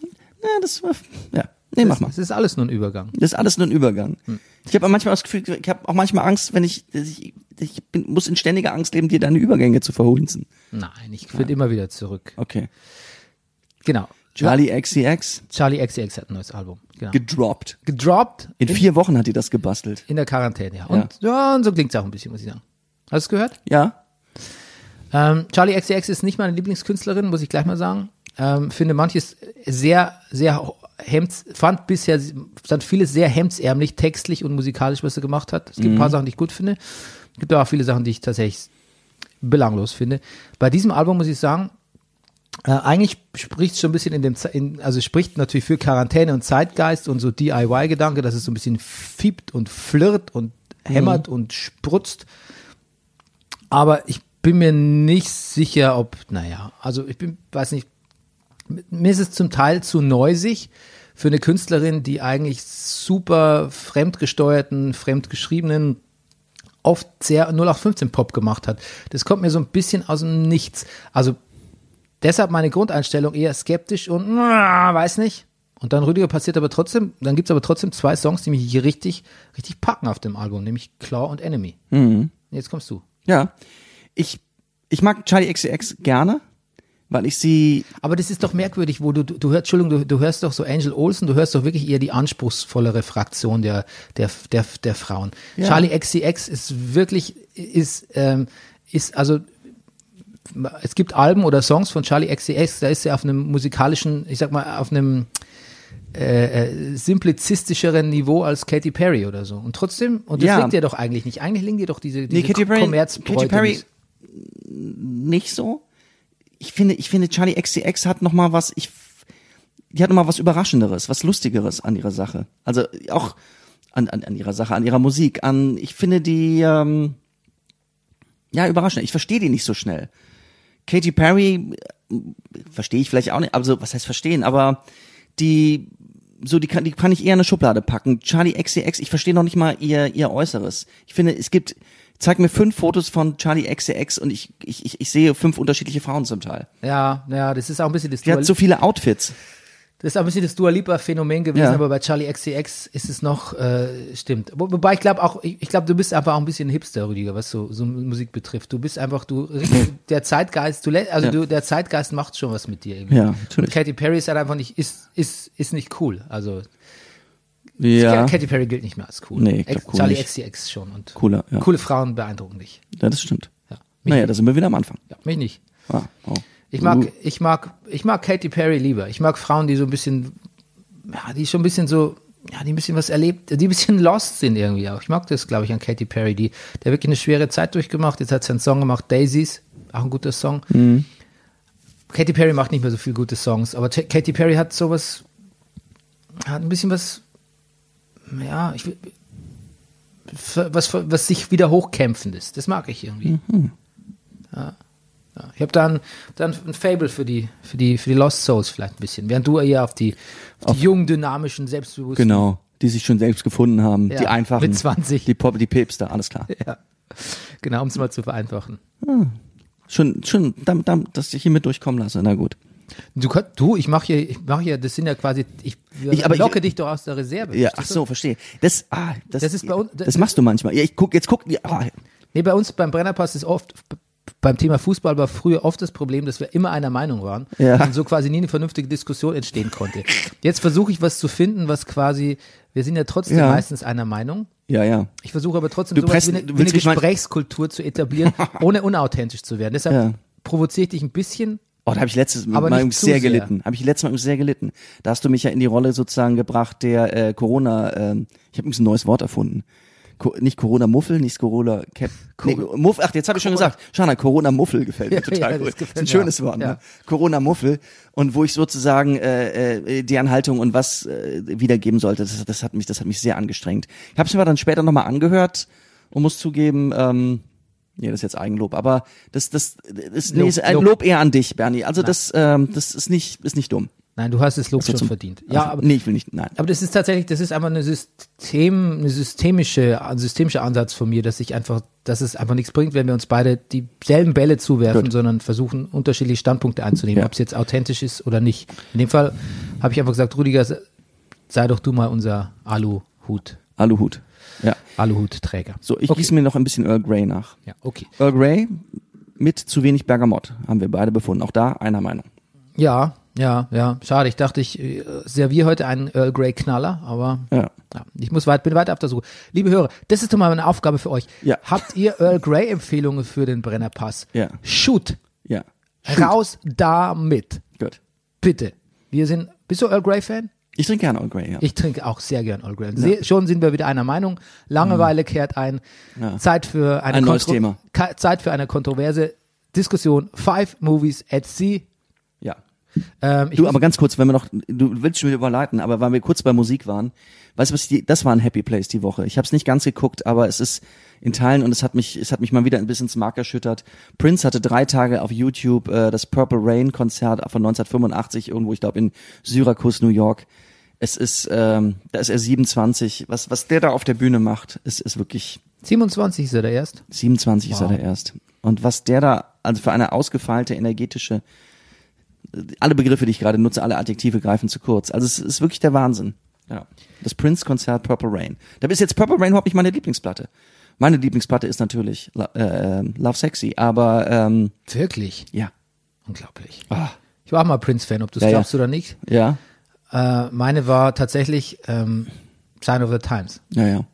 [SPEAKER 2] Ja, das war, ja. Nee, mach mal.
[SPEAKER 1] Es ist alles nur ein Übergang.
[SPEAKER 2] Das ist alles nur ein Übergang. Ich habe manchmal das Gefühl, ich habe auch manchmal Angst, wenn ich, dass ich, ich bin, muss in ständiger Angst leben, dir deine Übergänge zu verhunzen.
[SPEAKER 1] Nein, ich finde immer wieder zurück.
[SPEAKER 2] Okay.
[SPEAKER 1] Genau.
[SPEAKER 2] Charlie XCX
[SPEAKER 1] Charlie XCX hat ein neues Album. Genau.
[SPEAKER 2] gedroppt.
[SPEAKER 1] Gedroppt
[SPEAKER 2] In vier Wochen hat die das gebastelt.
[SPEAKER 1] in der Quarantäne. Ja. Und, ja. und so klingt es auch ein bisschen, muss ich sagen. Hast du es gehört?
[SPEAKER 2] Ja?
[SPEAKER 1] Ähm, Charlie XCX ist nicht meine Lieblingskünstlerin, muss ich gleich mal sagen. Ähm, finde manches sehr, sehr hemds, fand bisher, fand vieles sehr hemdsärmlich, textlich und musikalisch, was er gemacht hat. Es gibt ein paar Sachen, die ich gut finde. Es gibt aber auch viele Sachen, die ich tatsächlich belanglos finde. Bei diesem Album muss ich sagen, äh, eigentlich spricht schon ein bisschen in dem, Ze- in, also spricht natürlich für Quarantäne und Zeitgeist und so DIY-Gedanke, dass es so ein bisschen fiebt und flirt und hämmert und sprutzt. Aber ich bin mir nicht sicher, ob, naja, also ich bin, weiß nicht, mir ist es zum Teil zu neusig für eine Künstlerin, die eigentlich super fremdgesteuerten, fremdgeschriebenen, oft sehr 0815 Pop gemacht hat. Das kommt mir so ein bisschen aus dem Nichts. Also deshalb meine Grundeinstellung eher skeptisch und na, weiß nicht. Und dann Rüdiger passiert aber trotzdem, dann gibt es aber trotzdem zwei Songs, die mich hier richtig, richtig packen auf dem Album, nämlich Claw und Enemy. Jetzt kommst du.
[SPEAKER 2] Ja. Ich Ich mag Charlie XCX gerne, weil ich sie
[SPEAKER 1] Aber das ist doch merkwürdig, wo du, du, du hörst, Entschuldigung, du, du hörst doch so Angel Olsen, du hörst doch wirklich eher die anspruchsvollere Fraktion der, der, der, der Frauen.
[SPEAKER 2] Ja.
[SPEAKER 1] Charlie XCX ist wirklich, ist, ähm, ist, also, es gibt Alben oder Songs von Charlie XCX, da ist er auf einem musikalischen, ich sag mal, auf einem äh, äh, simplizistischeren Niveau als Katy Perry oder so. Und trotzdem, und das
[SPEAKER 2] Ja.
[SPEAKER 1] liegt dir doch eigentlich nicht. Eigentlich liegen dir doch diese, diese
[SPEAKER 2] Nee, Katy Perry,
[SPEAKER 1] Kommerzbräute
[SPEAKER 2] Katy Perry
[SPEAKER 1] nicht.
[SPEAKER 2] nicht so. Ich finde, ich finde Charlie XCX hat noch mal was, ich, die hat noch mal was Überraschenderes, was Lustigeres an ihrer Sache. Also auch an, an, an ihrer Sache, an ihrer Musik, an, ich finde die, ähm, ja, überraschend. Ich verstehe die nicht so schnell. Katy Perry äh, verstehe ich vielleicht auch nicht, also was heißt verstehen, aber die so die kann die kann ich eher in eine Schublade packen. Charlie XCX, ich verstehe noch nicht mal ihr ihr äußeres. Ich finde, es gibt zeig mir fünf Fotos von Charlie XCX und ich ich ich, ich sehe fünf unterschiedliche Frauen zum Teil.
[SPEAKER 1] Ja, ja, das ist auch ein bisschen das
[SPEAKER 2] Die hat so viele Outfits.
[SPEAKER 1] Das ist ein bisschen das Dua Lipa Phänomen gewesen,
[SPEAKER 2] Ja.
[SPEAKER 1] aber bei Charlie XCX ist es noch äh, stimmt. Wo, wobei ich glaube auch, ich, ich glaube, du bist einfach auch ein bisschen Hipster, Rüdiger, was so, so Musik betrifft. Du bist einfach du der Zeitgeist, du, lä- also
[SPEAKER 2] Ja.
[SPEAKER 1] du, der Zeitgeist macht schon was mit dir. Irgendwie.
[SPEAKER 2] Ja,
[SPEAKER 1] Und
[SPEAKER 2] natürlich.
[SPEAKER 1] Katy Perry ist halt einfach nicht ist ist ist nicht cool. Also
[SPEAKER 2] Ja,
[SPEAKER 1] Katy Perry gilt nicht mehr als cool.
[SPEAKER 2] Nee, ich glaub,
[SPEAKER 1] Ex-
[SPEAKER 2] cool
[SPEAKER 1] Charlie
[SPEAKER 2] nicht.
[SPEAKER 1] XCX schon und
[SPEAKER 2] Cooler, ja.
[SPEAKER 1] coole Frauen beeindrucken dich.
[SPEAKER 2] ja das stimmt.
[SPEAKER 1] Ja, mich,
[SPEAKER 2] Naja, da sind wir wieder am Anfang.
[SPEAKER 1] ja, mich nicht.
[SPEAKER 2] Ah, wow.
[SPEAKER 1] Ich mag,
[SPEAKER 2] Uh,
[SPEAKER 1] ich mag, ich mag Katy Perry lieber. Ich mag Frauen, die so ein bisschen, ja, die schon ein bisschen so, ja, die ein bisschen was erlebt, die ein bisschen lost sind irgendwie auch. Ich mag das, glaube ich, an Katy Perry, die, der wirklich eine schwere Zeit durchgemacht. Jetzt hat sie einen Song gemacht, Daisies, auch ein guter Song. Katy Perry macht nicht mehr so viel gute Songs, aber T Katy Perry hat sowas, hat ein bisschen was, ja, ich, will- was, was sich wieder hochkämpfend ist. Das mag ich irgendwie.
[SPEAKER 2] Mhm.
[SPEAKER 1] Ja, ich habe dann dann ein Fable für die für die für die Lost Souls vielleicht ein bisschen, während du eher auf die, auf die jungen, dynamischen, selbstbewussten.
[SPEAKER 2] genau, die sich schon selbst gefunden haben,
[SPEAKER 1] Ja,
[SPEAKER 2] die einfachen
[SPEAKER 1] mit 20.
[SPEAKER 2] die Pop, die Päpste, alles klar.
[SPEAKER 1] Ja. Genau, um es mal zu vereinfachen.
[SPEAKER 2] Schon schon dam, dam, dass ich hier mit durchkommen lasse. Na gut.
[SPEAKER 1] Du könnt, du, ich mache hier, ich mache hier, das sind ja quasi, ich,
[SPEAKER 2] Ich- aber ich-
[SPEAKER 1] locke dich doch aus der Reserve.
[SPEAKER 2] Ja, ach
[SPEAKER 1] verstehst du?
[SPEAKER 2] so, verstehe. Das, ah, das,
[SPEAKER 1] Das ist bei uns-
[SPEAKER 2] Das, machst du manchmal. Ja, ich guck, jetzt guck. Ja, ah,
[SPEAKER 1] Nee, bei uns beim Brennerpass ist oft, beim Thema Fußball war früher oft das Problem, dass wir immer einer Meinung waren
[SPEAKER 2] Ja.
[SPEAKER 1] und so quasi nie eine vernünftige Diskussion entstehen konnte. Jetzt versuche ich was zu finden, was quasi, wir sind ja trotzdem
[SPEAKER 2] Ja.
[SPEAKER 1] meistens einer Meinung.
[SPEAKER 2] ja, ja.
[SPEAKER 1] Ich versuche aber trotzdem
[SPEAKER 2] Du
[SPEAKER 1] sowas
[SPEAKER 2] pressen-
[SPEAKER 1] wie eine,
[SPEAKER 2] du
[SPEAKER 1] wie eine
[SPEAKER 2] willst mich mein-
[SPEAKER 1] Gesprächskultur zu etablieren, ohne unauthentisch zu werden. Deshalb
[SPEAKER 2] Ja.
[SPEAKER 1] provoziere ich dich ein bisschen.
[SPEAKER 2] Oh, da habe ich letztes
[SPEAKER 1] Aber
[SPEAKER 2] Mal
[SPEAKER 1] nicht
[SPEAKER 2] übrigens
[SPEAKER 1] zu
[SPEAKER 2] sehr
[SPEAKER 1] sehr.
[SPEAKER 2] gelitten. Habe ich letztes Mal übrigens sehr gelitten. Da hast du mich ja in die Rolle sozusagen gebracht, der äh, Corona. Ähm, ich habe übrigens ein neues Wort erfunden. Co nicht Corona-Muffel, nicht Corona-Cap. Nee, Muff, ach, jetzt habe ich schon gesagt. Schana, Corona-Muffel gefällt mir
[SPEAKER 1] Ja,
[SPEAKER 2] total
[SPEAKER 1] ja, das
[SPEAKER 2] gut.
[SPEAKER 1] gefällt
[SPEAKER 2] ist ein
[SPEAKER 1] mir
[SPEAKER 2] schönes
[SPEAKER 1] auch.
[SPEAKER 2] Wort,
[SPEAKER 1] Ja.
[SPEAKER 2] ne? Corona-Muffel. Und wo ich sozusagen äh, äh, deren Haltung und was äh, wiedergeben sollte, das, das, hat mich, das hat mich sehr angestrengt. Ich habe es mir aber dann später nochmal angehört und muss zugeben, ähm, nee, das ist jetzt Eigenlob, aber das, das, das, nee,
[SPEAKER 1] Lob,
[SPEAKER 2] ist ein
[SPEAKER 1] Lob.
[SPEAKER 2] Lob. eher an dich, Bernie. Also das, ähm, das ist nicht, ist nicht dumm.
[SPEAKER 1] Nein, du hast es Lob
[SPEAKER 2] So
[SPEAKER 1] schon
[SPEAKER 2] zum-
[SPEAKER 1] verdient. Ja,
[SPEAKER 2] Ach,
[SPEAKER 1] aber,
[SPEAKER 2] nee, ich will nicht. Nein.
[SPEAKER 1] aber das ist tatsächlich, das ist einfach eine System, eine systemische, ein systemischer Ansatz von mir, dass ich einfach, dass es einfach nichts bringt, wenn wir uns beide dieselben Bälle zuwerfen,
[SPEAKER 2] Gut.
[SPEAKER 1] sondern versuchen, unterschiedliche Standpunkte einzunehmen,
[SPEAKER 2] Ja.
[SPEAKER 1] ob es jetzt authentisch ist oder nicht. In dem Fall habe ich einfach gesagt, Rüdiger, se- sei doch du mal unser Aluhut,
[SPEAKER 2] Aluhut. Ja.
[SPEAKER 1] Aluhutträger.
[SPEAKER 2] So, ich
[SPEAKER 1] okay.
[SPEAKER 2] gieße mir noch ein bisschen Earl Grey nach.
[SPEAKER 1] Ja, okay.
[SPEAKER 2] Earl Grey mit zu wenig Bergamott haben wir beide befunden. Auch da einer Meinung.
[SPEAKER 1] Ja, ja, ja. Schade, ich dachte, ich äh, serviere heute einen Earl Grey Knaller, aber
[SPEAKER 2] Ja.
[SPEAKER 1] ja, ich muss weit, bin weiter auf der Suche. Liebe Hörer, das ist doch mal eine Aufgabe für euch.
[SPEAKER 2] Ja.
[SPEAKER 1] Habt ihr Earl Grey Empfehlungen für den Brennerpass?
[SPEAKER 2] Ja.
[SPEAKER 1] Shoot,
[SPEAKER 2] Ja.
[SPEAKER 1] raus damit,
[SPEAKER 2] Gut.
[SPEAKER 1] bitte. Wir sind, bist du Earl Grey Fan?
[SPEAKER 2] Ich trinke gerne Earl Grey, ja.
[SPEAKER 1] Ich trinke auch sehr gern Earl Grey. Se, schon sind wir wieder einer Meinung. Langeweile kehrt ein. Zeit für eine
[SPEAKER 2] Mhm. Ein neues
[SPEAKER 1] Kontro-
[SPEAKER 2] Thema.
[SPEAKER 1] Ka- Zeit für eine kontroverse Diskussion. Five Movies at Sea.
[SPEAKER 2] ja.
[SPEAKER 1] Ähm, ich
[SPEAKER 2] Du, aber ganz kurz, wenn wir noch, du willst schon wieder überleiten, aber weil wir kurz bei Musik waren, weißt du was, die, das war ein Happy Place die Woche. Ich habe es nicht ganz geguckt, aber es ist in Teilen und es hat mich, es hat mich mal wieder ein bisschen ins Mark erschüttert. Prince hatte drei Tage auf YouTube äh, das Purple Rain Konzert von 1985 irgendwo, ich glaube in Syrakus, New York. Es ist, ähm, da ist er 27. Was, was der da auf der Bühne macht, ist, ist wirklich
[SPEAKER 1] 27 ist er der erst.
[SPEAKER 2] 27 ist er da erst. Und was der da, also für eine ausgefeilte, energetische, alle Begriffe, die ich gerade nutze, alle Adjektive greifen zu kurz. Also es ist wirklich der Wahnsinn. Ja. Das Prince-Konzert Purple Rain. Da ist jetzt Purple Rain überhaupt nicht meine Lieblingsplatte. Meine Lieblingsplatte ist natürlich Lo- äh, ähm, Love Sexy, aber ähm,
[SPEAKER 1] Wirklich?
[SPEAKER 2] ja.
[SPEAKER 1] Unglaublich.
[SPEAKER 2] Ah,
[SPEAKER 1] Ich war auch mal Prince-Fan, ob du es
[SPEAKER 2] Ja, ja.
[SPEAKER 1] glaubst oder nicht.
[SPEAKER 2] ja,
[SPEAKER 1] Äh, meine war tatsächlich ähm, Sign of the Times.
[SPEAKER 2] ja, ja.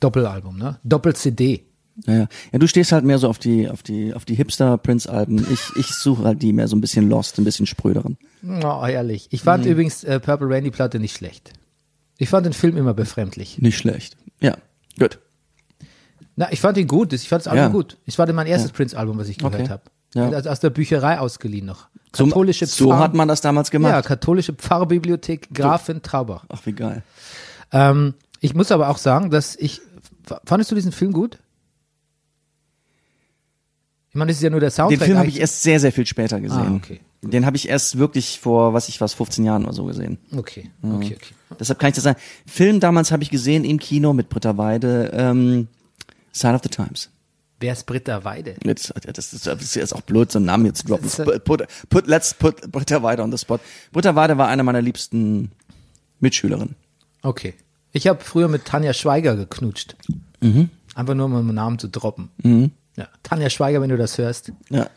[SPEAKER 1] Doppelalbum, ne? Doppel-CD.
[SPEAKER 2] Ja, ja. ja, du stehst halt mehr so auf die, auf die, auf die Hipster-Prince-Alben. Ich, ich suche halt die mehr so ein bisschen lost, ein bisschen spröderen.
[SPEAKER 1] Oh, ehrlich. Ich fand
[SPEAKER 2] Mhm.
[SPEAKER 1] übrigens äh, Purple Rain die Platte nicht schlecht. Ich fand den Film immer befremdlich.
[SPEAKER 2] Nicht schlecht. Ja, gut.
[SPEAKER 1] Na, ich fand ihn gut. Ich fand das Album
[SPEAKER 2] Ja.
[SPEAKER 1] gut. Es war mein erstes Prince-Album, was ich gehört
[SPEAKER 2] Okay.
[SPEAKER 1] habe.
[SPEAKER 2] Ja.
[SPEAKER 1] Also aus der Bücherei ausgeliehen noch.
[SPEAKER 2] So,
[SPEAKER 1] Katholische
[SPEAKER 2] so
[SPEAKER 1] Pfarr-
[SPEAKER 2] hat man das damals gemacht.
[SPEAKER 1] Ja, katholische Pfarrbibliothek Grafin Traubach.
[SPEAKER 2] Ach, wie geil.
[SPEAKER 1] Ähm, ich muss aber auch sagen, dass ich. f- Fandest du diesen Film gut? Ich meine, das ist ja nur der Soundtrack.
[SPEAKER 2] Den Film habe
[SPEAKER 1] eigentlich.
[SPEAKER 2] ich erst sehr, sehr viel später gesehen.
[SPEAKER 1] Ah, okay.
[SPEAKER 2] Den habe ich erst wirklich vor, was ich was, 15 Jahren oder so gesehen.
[SPEAKER 1] Okay, okay, okay.
[SPEAKER 2] Deshalb kann ich das sagen. Film damals habe ich gesehen im Kino mit Britta Weide, ähm, Sign of the Times.
[SPEAKER 1] Wer ist Britta Weide?
[SPEAKER 2] Jetzt, äh, das, ist, das ist jetzt auch blöd, so einen Namen jetzt zu droppen.
[SPEAKER 1] Das ist-
[SPEAKER 2] Put, put, put, let's put Britta Weide on the spot. Britta Weide war eine meiner liebsten Mitschülerinnen.
[SPEAKER 1] Okay. Ich habe früher mit Tanja Schweiger geknutscht. Einfach nur, um meinen Namen zu droppen. Ja. Tanja Schweiger, wenn du das hörst.
[SPEAKER 2] Ja.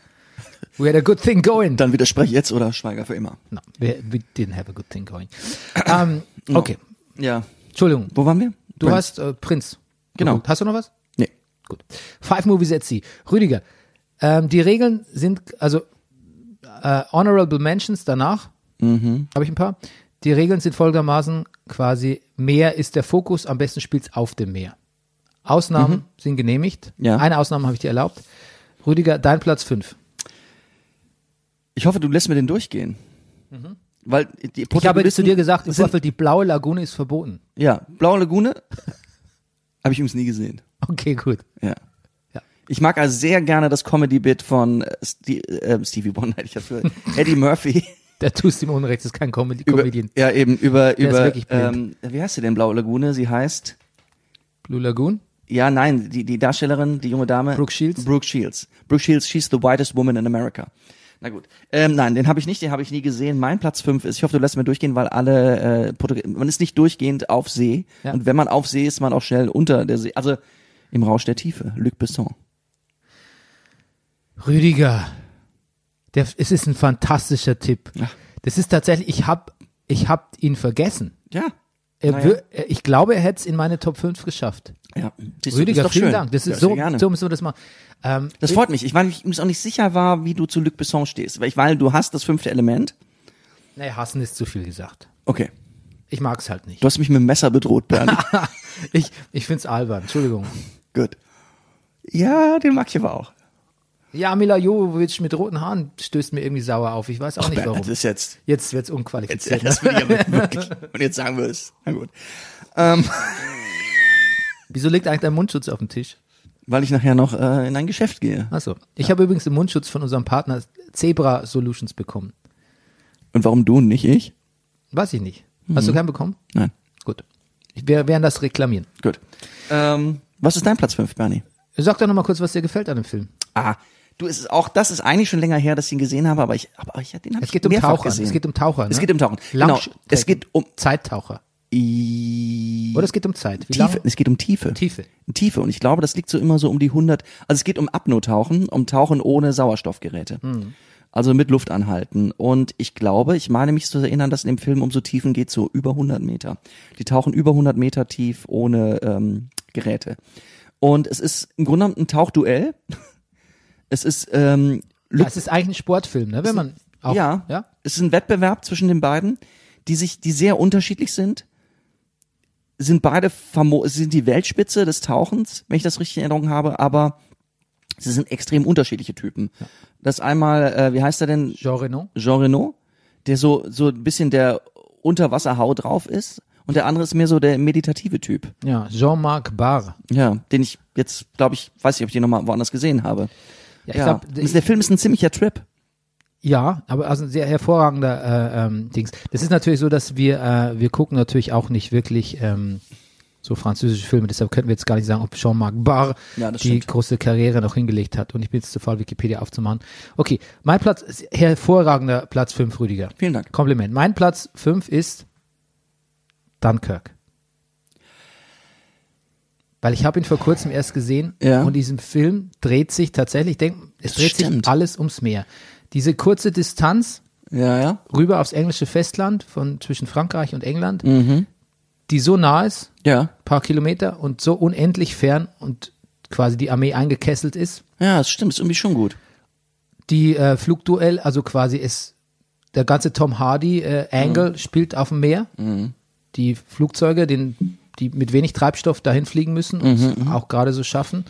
[SPEAKER 1] We had a good thing going.
[SPEAKER 2] Dann widerspreche ich jetzt oder schweige für immer.
[SPEAKER 1] No, we, we didn't have a good thing going. Ähm, okay.
[SPEAKER 2] Ja.
[SPEAKER 1] Entschuldigung.
[SPEAKER 2] Wo waren wir?
[SPEAKER 1] Du
[SPEAKER 2] Prince.
[SPEAKER 1] hast äh, Prinz.
[SPEAKER 2] Genau.
[SPEAKER 1] geguckt. Hast du noch was?
[SPEAKER 2] Nee.
[SPEAKER 1] Gut. Five Movies at Sea. Rüdiger, ähm, die Regeln sind, also äh, Honorable Mentions danach,
[SPEAKER 2] Mhm.
[SPEAKER 1] habe ich ein paar. Die Regeln sind folgendermaßen quasi, Meer ist der Fokus, am besten spielt's auf dem Meer. Ausnahmen sind genehmigt.
[SPEAKER 2] Mhm. Ja.
[SPEAKER 1] Eine Ausnahme habe ich dir erlaubt. Rüdiger, dein Platz fünf.
[SPEAKER 2] Ich hoffe, du lässt mir den durchgehen. Weil die
[SPEAKER 1] Mhm. Ich habe zu
[SPEAKER 2] Protagonisten
[SPEAKER 1] dir gesagt, im
[SPEAKER 2] sind
[SPEAKER 1] Vorfeld, die blaue Lagune ist verboten.
[SPEAKER 2] Ja, Blaue Lagune habe ich übrigens nie gesehen.
[SPEAKER 1] Okay, gut.
[SPEAKER 2] Ja.
[SPEAKER 1] Ja.
[SPEAKER 2] Ich mag also sehr gerne das Comedy-Bit von äh, Sti- äh, Stevie Wonder, hätte ich dafür, Eddie Murphy.
[SPEAKER 1] Der tust ihm Unrecht, das ist kein Comedy
[SPEAKER 2] über,
[SPEAKER 1] Comedian.
[SPEAKER 2] ja, eben, über,
[SPEAKER 1] ist
[SPEAKER 2] über,
[SPEAKER 1] wirklich
[SPEAKER 2] ähm, wie heißt sie denn, Blaue Lagune? Sie heißt,
[SPEAKER 1] Blue Lagoon?
[SPEAKER 2] ja, nein, die, die Darstellerin, die junge Dame.
[SPEAKER 1] Brooke Shields?
[SPEAKER 2] Brooke Shields. Brooke Shields, she's the whitest woman in America. Na gut. Ähm, nein, den habe ich nicht, den habe ich nie gesehen. Mein Platz fünf ist, ich hoffe, du lässt mir durchgehen, weil alle, äh, Portug- man ist nicht durchgehend auf See.
[SPEAKER 1] Ja.
[SPEAKER 2] Und wenn man auf See ist, ist man auch schnell unter der See. Also im Rausch der Tiefe, Luc Besson.
[SPEAKER 1] Rüdiger, der, es ist ein fantastischer Tipp. Das ist tatsächlich, ich hab, ich hab ihn vergessen.
[SPEAKER 2] Ja.
[SPEAKER 1] Er
[SPEAKER 2] Naja.
[SPEAKER 1] wür- er- Ich glaube, er hätte es in meine Top 5 geschafft.
[SPEAKER 2] Ja, Siehst du,
[SPEAKER 1] Rüdiger,
[SPEAKER 2] ist doch
[SPEAKER 1] vielen
[SPEAKER 2] schön.
[SPEAKER 1] Dank. Das
[SPEAKER 2] ja,
[SPEAKER 1] ist so,
[SPEAKER 2] sehr gerne.
[SPEAKER 1] so müssen wir das machen. Ähm,
[SPEAKER 2] Das freut mich. Ich war nämlich- mir auch nicht sicher war, wie du zu Luc Besson stehst, weil ich weil du hast das fünfte Element.
[SPEAKER 1] nee, hassen ist zu viel gesagt.
[SPEAKER 2] Okay.
[SPEAKER 1] Ich mag es halt nicht.
[SPEAKER 2] Du hast mich mit dem Messer bedroht, Bernie.
[SPEAKER 1] Ich, ich find's albern, Entschuldigung.
[SPEAKER 2] Gut. Ja, den mag ich aber auch.
[SPEAKER 1] Ja, Mila Jovovich mit roten Haaren stößt mir irgendwie sauer auf. Ich weiß auch nicht
[SPEAKER 2] Bernie, das
[SPEAKER 1] warum.
[SPEAKER 2] ist jetzt.
[SPEAKER 1] Jetzt wird's
[SPEAKER 2] jetzt
[SPEAKER 1] unqualifiziert.
[SPEAKER 2] das würde ich aber wirklich. Und jetzt sagen wir es. Na gut.
[SPEAKER 1] Wieso liegt eigentlich dein Mundschutz auf dem Tisch?
[SPEAKER 2] Weil ich nachher noch äh, in ein Geschäft gehe.
[SPEAKER 1] Achso. Ich habe übrigens den Mundschutz von unserem Partner Zebra Solutions bekommen.
[SPEAKER 2] Und warum du und nicht ich?
[SPEAKER 1] Weiß ich nicht. Hast du
[SPEAKER 2] Mhm.
[SPEAKER 1] keinen bekommen?
[SPEAKER 2] Nein.
[SPEAKER 1] Gut. Wir werden das reklamieren.
[SPEAKER 2] Gut. Ähm, was ist dein Platz fünf, Bernie?
[SPEAKER 1] Sag doch nochmal kurz, was dir gefällt an dem Film.
[SPEAKER 2] Ah, du, es ist auch, das ist eigentlich schon länger her, dass ich ihn gesehen habe, aber ich, aber ich, den habe
[SPEAKER 1] Es
[SPEAKER 2] ich
[SPEAKER 1] geht um
[SPEAKER 2] mehrfach
[SPEAKER 1] Taucher.
[SPEAKER 2] gesehen.
[SPEAKER 1] Es geht um Taucher. Ne?
[SPEAKER 2] Es geht um Tauchen. Genau.
[SPEAKER 1] Lounge-
[SPEAKER 2] Es geht um
[SPEAKER 1] Zeittaucher. Oder es geht um Zeit. Wie
[SPEAKER 2] Tiefe,
[SPEAKER 1] lange?
[SPEAKER 2] es geht um Tiefe.
[SPEAKER 1] Tiefe.
[SPEAKER 2] Tiefe. Und ich glaube, das liegt so immer so um die 100. Also es geht um Apno-Tauchen, um Tauchen ohne Sauerstoffgeräte. Also mit Luft anhalten. Und ich glaube, ich meine mich zu erinnern, dass in dem Film um so Tiefen geht, so über 100 Meter. Die tauchen über 100 Meter tief ohne ähm, Geräte. Und es ist im Grunde genommen ein Tauchduell. Es ist ähm, Luke
[SPEAKER 1] Es ist eigentlich ein Sportfilm, ne? Wenn man auch,
[SPEAKER 2] ja,
[SPEAKER 1] ja.
[SPEAKER 2] Es ist ein Wettbewerb zwischen den beiden, die sich, die sehr unterschiedlich sind. Sind beide famo sind die Weltspitze des Tauchens, wenn ich das richtig in Erinnerung habe, aber sie sind extrem unterschiedliche Typen. Das einmal, äh, wie heißt er denn?
[SPEAKER 1] Jean Reno.
[SPEAKER 2] Jean Reno, der so, so ein bisschen der Unterwasserhau drauf ist. Und der andere ist mehr so der meditative Typ.
[SPEAKER 1] Ja, Jean-Marc Barr.
[SPEAKER 2] Ja, den ich jetzt, glaube ich, weiß nicht, ob ich den nochmal woanders gesehen habe.
[SPEAKER 1] Ja, ich
[SPEAKER 2] ja.
[SPEAKER 1] glaub,
[SPEAKER 2] Und der Film ist ein ziemlicher Trip.
[SPEAKER 1] Ja, aber also ein sehr hervorragender äh, ähm, Dings. Das ist natürlich so, dass wir, äh, wir gucken natürlich auch nicht wirklich ähm, so französische Filme, deshalb könnten wir jetzt gar nicht sagen, ob Jean-Marc Barr
[SPEAKER 2] Ja, das
[SPEAKER 1] die
[SPEAKER 2] stimmt.
[SPEAKER 1] große Karriere noch hingelegt hat. Und ich bin jetzt zu faul, Wikipedia aufzumachen. Okay, mein Platz, ist hervorragender Platz 5, Rüdiger.
[SPEAKER 2] Vielen Dank.
[SPEAKER 1] Kompliment. Mein Platz 5 ist Dunkirk. Weil ich habe ihn vor kurzem erst gesehen
[SPEAKER 2] Ja.
[SPEAKER 1] und diesem Film dreht sich tatsächlich, ich denk, es
[SPEAKER 2] Das
[SPEAKER 1] dreht
[SPEAKER 2] stimmt.
[SPEAKER 1] sich alles ums Meer. Diese kurze Distanz
[SPEAKER 2] Ja, ja.
[SPEAKER 1] rüber aufs englische Festland von zwischen Frankreich und England,
[SPEAKER 2] Mhm.
[SPEAKER 1] die so nah ist,
[SPEAKER 2] Ja.
[SPEAKER 1] paar Kilometer und so unendlich fern und quasi die Armee eingekesselt ist,
[SPEAKER 2] Ja, das stimmt, ist irgendwie schon gut.
[SPEAKER 1] die äh, Flugduell, also quasi ist der ganze Tom Hardy äh, Angle
[SPEAKER 2] Mhm.
[SPEAKER 1] spielt auf dem Meer. Die Flugzeuge, den, die mit wenig Treibstoff dahin fliegen müssen und
[SPEAKER 2] Mhm,
[SPEAKER 1] es auch gerade so schaffen.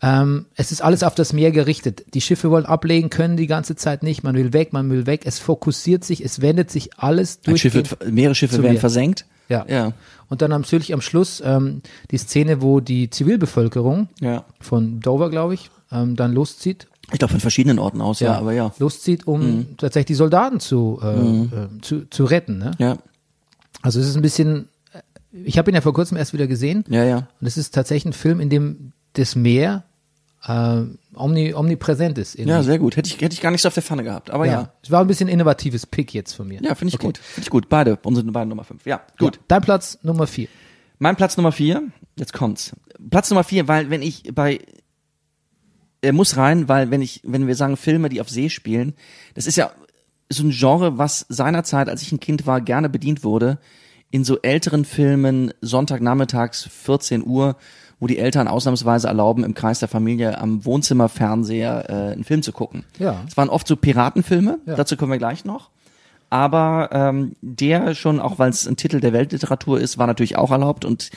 [SPEAKER 1] Ähm, es ist alles auf das Meer gerichtet. Die Schiffe wollen ablegen, können die ganze Zeit nicht. Man will weg, man will weg. Es fokussiert sich, es wendet sich alles
[SPEAKER 2] Ein
[SPEAKER 1] durch.
[SPEAKER 2] Schiff wird, mehrere Schiffe
[SPEAKER 1] zu
[SPEAKER 2] werden
[SPEAKER 1] mir.
[SPEAKER 2] versenkt.
[SPEAKER 1] Ja.
[SPEAKER 2] Ja.
[SPEAKER 1] Und dann natürlich am Schluss ähm, die Szene, wo die Zivilbevölkerung
[SPEAKER 2] Ja.
[SPEAKER 1] von Dover, glaube ich, ähm, dann loszieht
[SPEAKER 2] Ich glaube, von verschiedenen Orten aus, ja, aber ja. Mhm.
[SPEAKER 1] loszieht, um tatsächlich die Soldaten zu, äh, äh, zu, zu retten. Ne?
[SPEAKER 2] Ja,
[SPEAKER 1] Also es ist ein bisschen, ich habe ihn ja vor kurzem erst wieder gesehen
[SPEAKER 2] ja, ja.
[SPEAKER 1] und es ist tatsächlich ein Film, in dem das Meer äh, omni, omnipräsent ist. irgendwie.
[SPEAKER 2] Ja, sehr gut. Hätte ich, hätte ich gar nicht so auf der Pfanne gehabt, aber Mhm. ja.
[SPEAKER 1] Es war ein bisschen innovatives Pick jetzt von mir.
[SPEAKER 2] Ja, finde ich gut. Finde ich gut. Beide, unsere beiden Nummer fünf. Ja, gut.
[SPEAKER 1] Ja, dein Platz Nummer vier.
[SPEAKER 2] Mein Platz Nummer vier, jetzt kommt's. Platz Nummer vier, weil wenn ich bei er muss rein, weil wenn ich, wenn wir sagen Filme, die auf See spielen, das ist ja so ein Genre, was seinerzeit, als ich ein Kind war, gerne bedient wurde, in so älteren Filmen Sonntagnachmittags 14 Uhr, wo die Eltern ausnahmsweise erlauben, im Kreis der Familie am Wohnzimmerfernseher äh, einen Film zu gucken.
[SPEAKER 1] Ja.
[SPEAKER 2] Es waren oft so Piratenfilme,
[SPEAKER 1] Ja.
[SPEAKER 2] dazu kommen wir gleich noch. Aber ähm, der schon, auch weil es ein Titel der Weltliteratur ist, war natürlich auch erlaubt und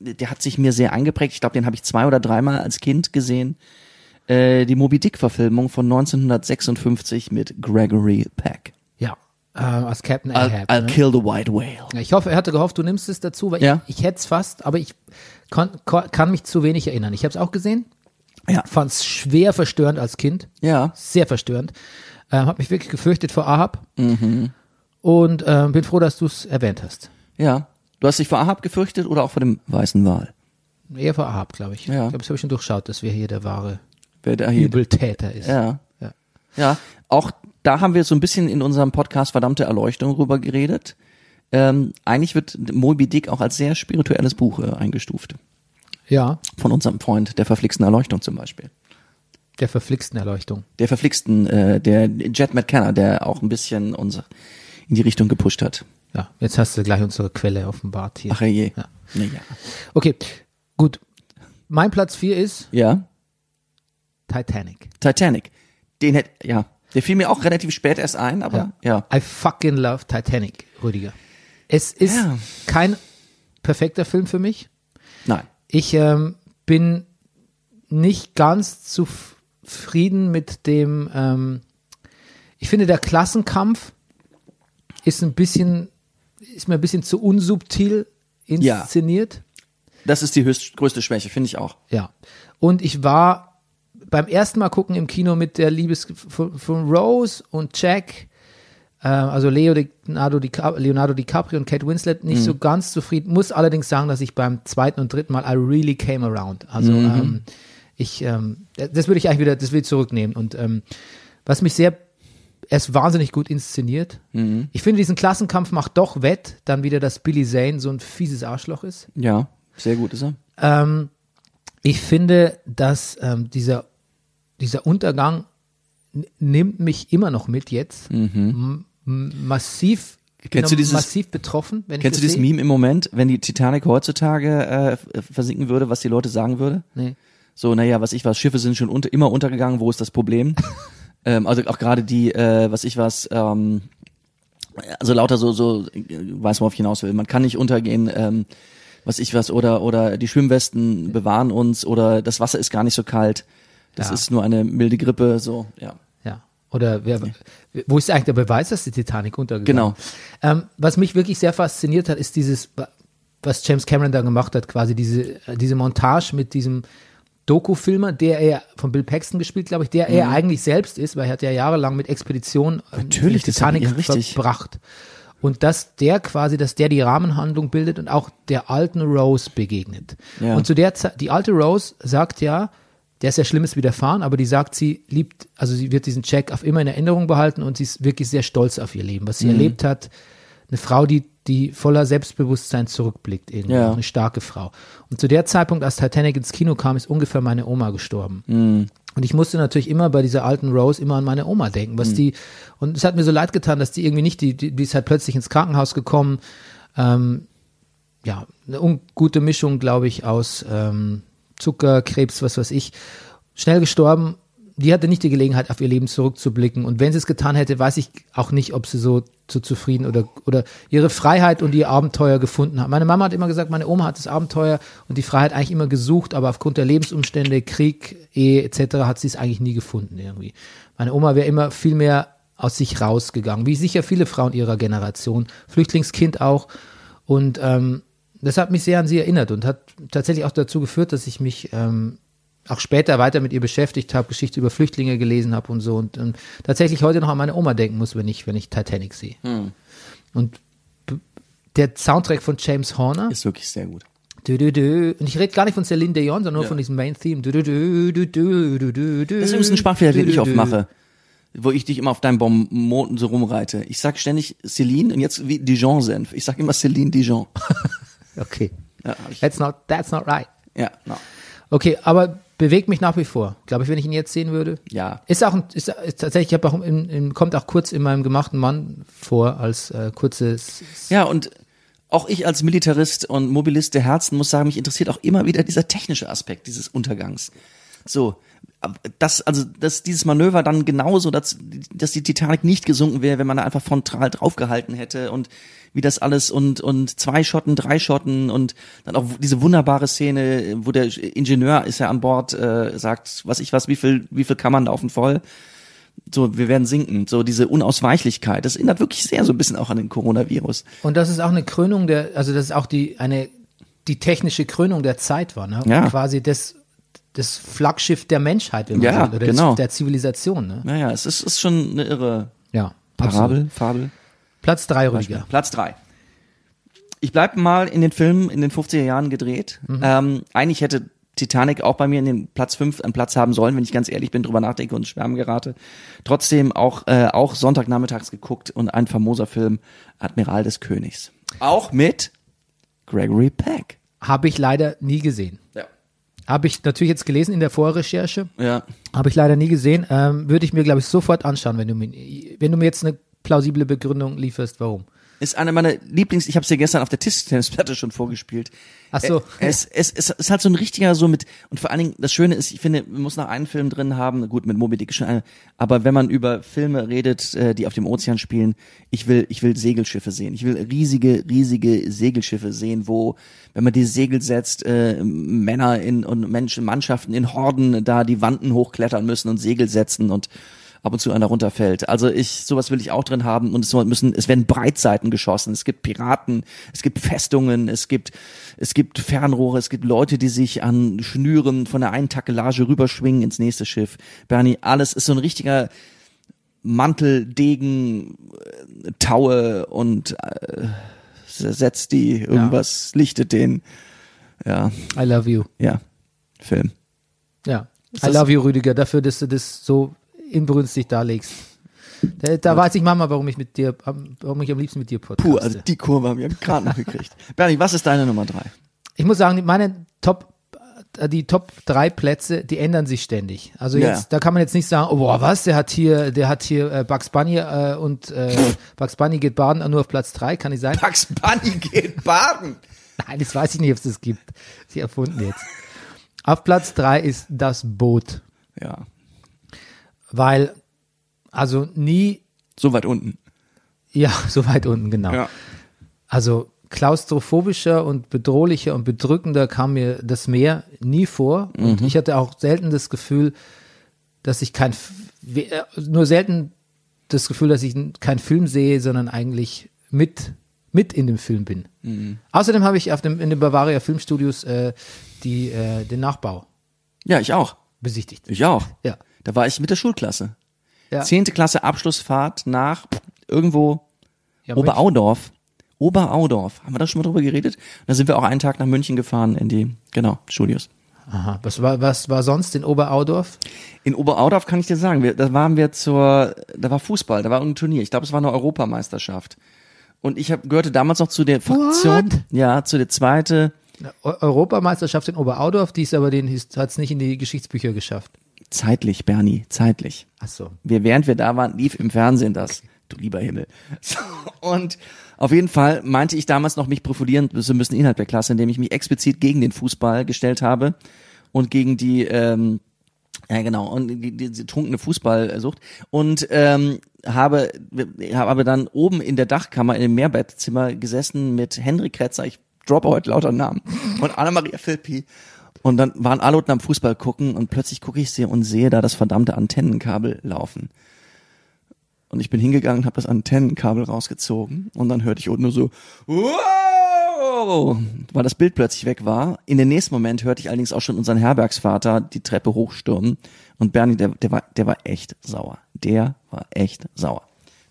[SPEAKER 2] der hat sich mir sehr eingeprägt. Ich glaube, den habe ich zwei oder dreimal als Kind gesehen. Äh, die Moby Dick-Verfilmung von 1956 mit Gregory Peck.
[SPEAKER 1] Ja, äh, als Captain
[SPEAKER 2] I'll,
[SPEAKER 1] Ahab.
[SPEAKER 2] I'll
[SPEAKER 1] ne?
[SPEAKER 2] kill the white whale.
[SPEAKER 1] Ja, Ich hoffe, er hatte gehofft, du nimmst es dazu, weil
[SPEAKER 2] Ja.
[SPEAKER 1] ich, ich hätte es fast, aber ich kon, kon, kann mich zu wenig erinnern. Ich habe es auch gesehen,
[SPEAKER 2] Ja.
[SPEAKER 1] fand es schwer verstörend als Kind,
[SPEAKER 2] Ja.
[SPEAKER 1] sehr verstörend. Ähm, habe mich wirklich gefürchtet vor Ahab
[SPEAKER 2] Mhm.
[SPEAKER 1] und ähm, bin froh, dass du es erwähnt hast.
[SPEAKER 2] Ja. Du hast dich vor Ahab gefürchtet oder auch vor dem weißen Wal?
[SPEAKER 1] Eher vor Ahab, glaube ich.
[SPEAKER 2] Ja.
[SPEAKER 1] Ich glaube, das habe ich schon durchschaut, dass wir hier der wahre
[SPEAKER 2] Wer da hier?
[SPEAKER 1] Übeltäter ist.
[SPEAKER 2] Ja.
[SPEAKER 1] Ja.
[SPEAKER 2] Ja. Auch da haben wir so ein bisschen in unserem Podcast verdammte Erleuchtung rüber geredet. Ähm, eigentlich wird Moby Dick auch als sehr spirituelles Buch äh, eingestuft.
[SPEAKER 1] ja,
[SPEAKER 2] Von unserem Freund der verflixten Erleuchtung zum Beispiel.
[SPEAKER 1] der verflixten Erleuchtung.
[SPEAKER 2] der verflixten, äh, der Jet McKenna, der auch ein bisschen uns in die Richtung gepusht hat.
[SPEAKER 1] Ja, jetzt hast du gleich unsere Quelle offenbart hier.
[SPEAKER 2] Ach je.
[SPEAKER 1] Ja.
[SPEAKER 2] Naja.
[SPEAKER 1] Okay, gut. Mein Platz 4 ist
[SPEAKER 2] Ja,
[SPEAKER 1] Titanic.
[SPEAKER 2] Titanic. Den hätte, ja, der fiel mir auch relativ spät erst ein, aber ja.
[SPEAKER 1] I fucking love Titanic, Rüdiger. Es ist
[SPEAKER 2] Ja.
[SPEAKER 1] kein perfekter Film für mich.
[SPEAKER 2] Nein.
[SPEAKER 1] Ich ähm, bin nicht ganz zufrieden mit dem. Ähm, ich finde, der Klassenkampf ist ein bisschen, ist mir ein bisschen zu unsubtil
[SPEAKER 2] Ja.
[SPEAKER 1] inszeniert.
[SPEAKER 2] Das ist die höchst, größte Schwäche, finde ich auch.
[SPEAKER 1] Ja. Und ich war beim ersten Mal gucken im Kino mit der Liebes von, von Rose und Jack, äh, also Leo Leonardo, Dica Leonardo DiCaprio und Kate Winslet nicht so ganz zufrieden. Muss allerdings sagen, dass ich beim zweiten und dritten Mal I really came around. Also ähm, ich, ähm, das- das würde ich eigentlich wieder, das will ich zurücknehmen. Und ähm, was mich sehr er ist wahnsinnig gut inszeniert. Ich finde, diesen Klassenkampf macht doch wett, dann wieder, dass Billy Zane so ein fieses Arschloch ist.
[SPEAKER 2] Ja, sehr gut ist er.
[SPEAKER 1] Ähm, ich finde, dass ähm, dieser, dieser Untergang n- nimmt mich immer noch mit jetzt. M- m- Massiv. Ich bin
[SPEAKER 2] Mhm. Kennst du
[SPEAKER 1] noch
[SPEAKER 2] dieses-
[SPEAKER 1] massiv betroffen, wenn
[SPEAKER 2] Kennst du
[SPEAKER 1] ich das sehe.
[SPEAKER 2] dieses Meme im Moment, wenn die Titanic heutzutage äh, f- versinken würde, was die Leute sagen würde?
[SPEAKER 1] Nee.
[SPEAKER 2] So, naja, was ich was, Schiffe sind schon unter, immer untergegangen, wo ist das Problem? ähm, also auch gerade die, äh, was ich was, ähm, also lauter so, so, äh, weiß worauf ich hinaus will. Man kann nicht untergehen, ähm, was ich was, oder, oder die Schwimmwesten bewahren uns, oder das Wasser ist gar nicht so kalt. Das
[SPEAKER 1] Ja.
[SPEAKER 2] ist nur eine milde Grippe, so, ja.
[SPEAKER 1] Ja. Oder wer, wo ist eigentlich der Beweis, dass die Titanic untergegangen
[SPEAKER 2] Genau.
[SPEAKER 1] ist? Ähm, was mich wirklich sehr fasziniert hat, ist dieses, wa- was James Cameron da gemacht hat, quasi diese, äh, diese Montage mit diesem Doku-Filmer, der er von Bill Paxton gespielt, glaube ich, der er
[SPEAKER 2] Mhm.
[SPEAKER 1] eigentlich selbst ist, weil er hat ja jahrelang mit Expeditionen ähm,
[SPEAKER 2] Natürlich,
[SPEAKER 1] die
[SPEAKER 2] das hat
[SPEAKER 1] Titanic
[SPEAKER 2] ihn richtig-
[SPEAKER 1] verbracht. Und dass der quasi, dass der die Rahmenhandlung bildet und auch der alten Rose begegnet.
[SPEAKER 2] Ja.
[SPEAKER 1] Und zu der Zeit, die alte Rose sagt ja, der ist ja Schlimmes widerfahren, aber die sagt, sie liebt, also sie wird
[SPEAKER 2] Mhm.
[SPEAKER 1] diesen Jack auf immer in Erinnerung behalten und sie ist wirklich sehr stolz auf ihr Leben, was sie erlebt hat. Eine Frau, die die voller Selbstbewusstsein zurückblickt, irgendwie.
[SPEAKER 2] Ja.
[SPEAKER 1] Eine starke Frau. Und zu der Zeitpunkt, als Titanic ins Kino kam, ist ungefähr meine Oma gestorben. Und ich musste natürlich immer bei dieser alten Rose immer an meine Oma denken, was die, und es hat mir so leid getan, dass die irgendwie nicht, die, die, die ist halt plötzlich ins Krankenhaus gekommen. Ähm, ja, eine ungute Mischung, glaube ich, aus ähm, Zucker, Krebs, was weiß ich. Schnell gestorben. Die hatte nicht die Gelegenheit, auf ihr Leben zurückzublicken. Und wenn sie es getan hätte, weiß ich auch nicht, ob sie so, so zufrieden oder, oder ihre Freiheit und ihr Abenteuer gefunden hat. Meine Mama hat immer gesagt, meine Oma hat das Abenteuer und die Freiheit eigentlich immer gesucht, aber aufgrund der Lebensumstände, Krieg, Ehe etc. hat sie es eigentlich nie gefunden irgendwie. Meine Oma wäre immer viel mehr aus sich rausgegangen, wie sicher viele Frauen ihrer Generation, Flüchtlingskind auch. Und ähm, das hat mich sehr an sie erinnert und hat tatsächlich auch dazu geführt, dass ich mich ähm, auch später weiter mit ihr beschäftigt habe, Geschichte über Flüchtlinge gelesen habe und so und, ähm, tatsächlich heute noch an meine Oma denken muss, wenn ich, wenn ich Titanic sehe.
[SPEAKER 2] Hm.
[SPEAKER 1] Und b- der Soundtrack von James Horner.
[SPEAKER 2] Ist wirklich sehr gut.
[SPEAKER 1] Dü, dü, dü. Und ich rede gar nicht von Celine Dion, sondern nur von diesem Main-Theme. Dü, dü, dü, dü, dü, dü, dü, dü.
[SPEAKER 2] Das ist übrigens ein Sprachfehler, den
[SPEAKER 1] Dü,
[SPEAKER 2] ich
[SPEAKER 1] dü,
[SPEAKER 2] oft
[SPEAKER 1] dü.
[SPEAKER 2] mache, wo ich dich immer auf deinen Bonmoten so rumreite. Ich sag ständig Celine und jetzt wie Dijon-Senf. Ich sag immer Celine Dijon.
[SPEAKER 1] Okay.
[SPEAKER 2] Ja, hab ich,
[SPEAKER 1] That's not, that's not right.
[SPEAKER 2] ja, no.
[SPEAKER 1] Okay, aber bewegt mich nach wie vor. Glaube ich, wenn ich ihn jetzt sehen würde.
[SPEAKER 2] ja.
[SPEAKER 1] Ist auch ein, ist, ist tatsächlich, ich hab auch in, in, kommt auch kurz in meinem gemachten Mann vor als äh, kurzes.
[SPEAKER 2] ja, und auch ich als Militarist und Mobilist der Herzen muss sagen, mich interessiert auch immer wieder dieser technische Aspekt dieses Untergangs. So, ab- dass, also, dass dieses Manöver dann genauso, dass, dass die Titanic nicht gesunken wäre, wenn man da einfach frontal draufgehalten hätte und wie das alles und, und zwei Schotten, drei Schotten und dann auch diese wunderbare Szene, wo der Ingenieur ist ja an Bord, äh, sagt, was ich was, wie viel, wie viel kann man laufen voll? So, wir werden sinken. So, diese Unausweichlichkeit, das erinnert wirklich sehr so ein bisschen auch an den Coronavirus.
[SPEAKER 1] Und das ist auch eine Krönung der, also das ist auch die, eine, die technische Krönung der Zeit war, ne?
[SPEAKER 2] Ja.
[SPEAKER 1] Quasi das, das Flaggschiff der Menschheit, wenn man
[SPEAKER 2] Ja,
[SPEAKER 1] so will, oder
[SPEAKER 2] genau.
[SPEAKER 1] des, der Zivilisation, ne?
[SPEAKER 2] Naja, es ist, ist schon eine irre
[SPEAKER 1] Ja.
[SPEAKER 2] Parabel,
[SPEAKER 1] absolut.
[SPEAKER 2] Fabel.
[SPEAKER 1] Platz drei, Rüdiger.
[SPEAKER 2] Platz drei. Ich bleib mal in den Filmen in den 50er Jahren gedreht. Ähm, eigentlich hätte Titanic auch bei mir in den Platz fünf einen Platz haben sollen, wenn ich ganz ehrlich bin, drüber nachdenke und ins Schwärmen gerate. Trotzdem auch, äh, auch Sonntagnachmittags geguckt und ein famoser Film, Admiral des Königs. Auch mit Gregory Peck.
[SPEAKER 1] Habe ich leider nie gesehen.
[SPEAKER 2] Ja.
[SPEAKER 1] Habe ich natürlich jetzt gelesen in der Vorrecherche.
[SPEAKER 2] Ja.
[SPEAKER 1] Habe ich leider nie gesehen. Ähm, würde ich mir, glaube ich, sofort anschauen, wenn du, mir, wenn du mir jetzt eine plausible Begründung lieferst, warum.
[SPEAKER 2] Ist eine meiner Lieblings, ich habe es dir gestern auf der Tischtennisplatte schon vorgespielt.
[SPEAKER 1] Ach so.
[SPEAKER 2] Ä- Es, es, es ist halt so ein richtiger so mit, und vor allen Dingen, das Schöne ist, ich finde, man muss noch einen Film drin haben, gut, mit Moby Dick schon eine, aber wenn man über Filme redet, äh, die auf dem Ozean spielen, ich will, ich will Segelschiffe sehen. Ich will riesige, riesige Segelschiffe sehen, wo, wenn man die Segel setzt, äh, Männer in, und Menschen, Mannschaften in Horden da die Wanden hochklettern müssen und Segel setzen und ab und zu einer runterfällt. Also ich, sowas will ich auch drin haben und es müssen, es werden Breitseiten geschossen, es gibt Piraten, es gibt Festungen, es gibt, es gibt Fernrohre, es gibt Leute, die sich an Schnüren von der einen Takelage rüberschwingen ins nächste Schiff. Bernie, alles ist so ein richtiger Mantel, Degen, äh, Taue und äh, setzt die irgendwas, lichtet den. Ja,
[SPEAKER 1] I love you.
[SPEAKER 2] ja, Film.
[SPEAKER 1] Ja. I
[SPEAKER 2] das-
[SPEAKER 1] love you, Rüdiger, dafür, dass du das so inbrünstig darlegst. Da, da weiß ich manchmal, warum ich mit dir, am- warum ich am liebsten mit dir podcaste.
[SPEAKER 2] Puh, also die Kurve haben wir gerade noch gekriegt. Bernie, was ist deine Nummer drei?
[SPEAKER 1] ich muss sagen, meine Top, äh, die Top drei Plätze, die ändern sich ständig. Also
[SPEAKER 2] Ja.
[SPEAKER 1] jetzt, da kann man jetzt nicht sagen, oh, boah, was, der hat hier, der hat hier äh, Bugs Bunny äh, und äh, Bugs Bunny geht baden nur auf Platz drei, kann nicht sein.
[SPEAKER 2] Bugs Bunny geht baden.
[SPEAKER 1] Nein, das weiß ich nicht, ob es das gibt. Sie erfunden jetzt. Auf Platz drei ist das Boot,
[SPEAKER 2] Ja,
[SPEAKER 1] weil also nie,
[SPEAKER 2] so weit unten.
[SPEAKER 1] ja, so weit unten genau. Also klaustrophobischer und bedrohlicher und bedrückender kam mir das Meer nie vor. Und ich hatte auch selten das Gefühl, dass ich kein, F- we- äh, nur selten das Gefühl, dass ich n- keinen Film sehe, sondern eigentlich mit, mit in dem Film bin. Außerdem habe ich auf dem, in den Bavaria Filmstudios äh, die, äh, den Nachbau
[SPEAKER 2] Ja, ich auch.
[SPEAKER 1] besichtigt.
[SPEAKER 2] Ich auch.
[SPEAKER 1] Ja.
[SPEAKER 2] Da war ich mit der Schulklasse.
[SPEAKER 1] Ja.
[SPEAKER 2] Zehnte Klasse Abschlussfahrt nach irgendwo
[SPEAKER 1] Ja, München.
[SPEAKER 2] Oberaudorf. Oberaudorf. Haben wir da schon mal drüber geredet? Da sind wir auch einen Tag nach München gefahren in die, genau, Studios.
[SPEAKER 1] Aha. Was, war, was war sonst in Oberaudorf?
[SPEAKER 2] In Oberaudorf kann ich dir sagen, wir, da waren wir zur, da war Fußball, da war irgendein Turnier. Ich glaube, es war eine Europameisterschaft. Und ich hab, gehörte damals noch zu der Fraktion,
[SPEAKER 1] What?
[SPEAKER 2] ja, zu der zweite
[SPEAKER 1] Eu- Europameisterschaft in Oberaudorf, die ist aber den hat es nicht in die Geschichtsbücher geschafft.
[SPEAKER 2] zeitlich, Bernie, zeitlich.
[SPEAKER 1] Ach so.
[SPEAKER 2] wir, während wir da waren, lief im Fernsehen das. Du lieber Himmel. So, und auf jeden Fall meinte ich damals noch, mich profilieren zu müssen innerhalb der Klasse, indem ich mich explizit gegen den Fußball gestellt habe und gegen die, ähm, ja genau, und die, die, die trunkene Fußballsucht. Und ähm, habe, habe dann oben in der Dachkammer, in dem Mehrbettzimmer gesessen mit Henry Kretzer, ich droppe heute lauter Namen, und Anna-Maria Philippi. Und dann waren alle unten am Fußball gucken und plötzlich gucke ich sie und sehe da das verdammte Antennenkabel laufen. Und ich bin hingegangen, habe das Antennenkabel rausgezogen und dann hörte ich unten nur so, wow! weil das Bild plötzlich weg war. In den nächsten Moment hörte ich allerdings auch schon unseren Herbergsvater die Treppe hochstürmen und Bernie, der, der, war, der war echt sauer. Der war echt sauer.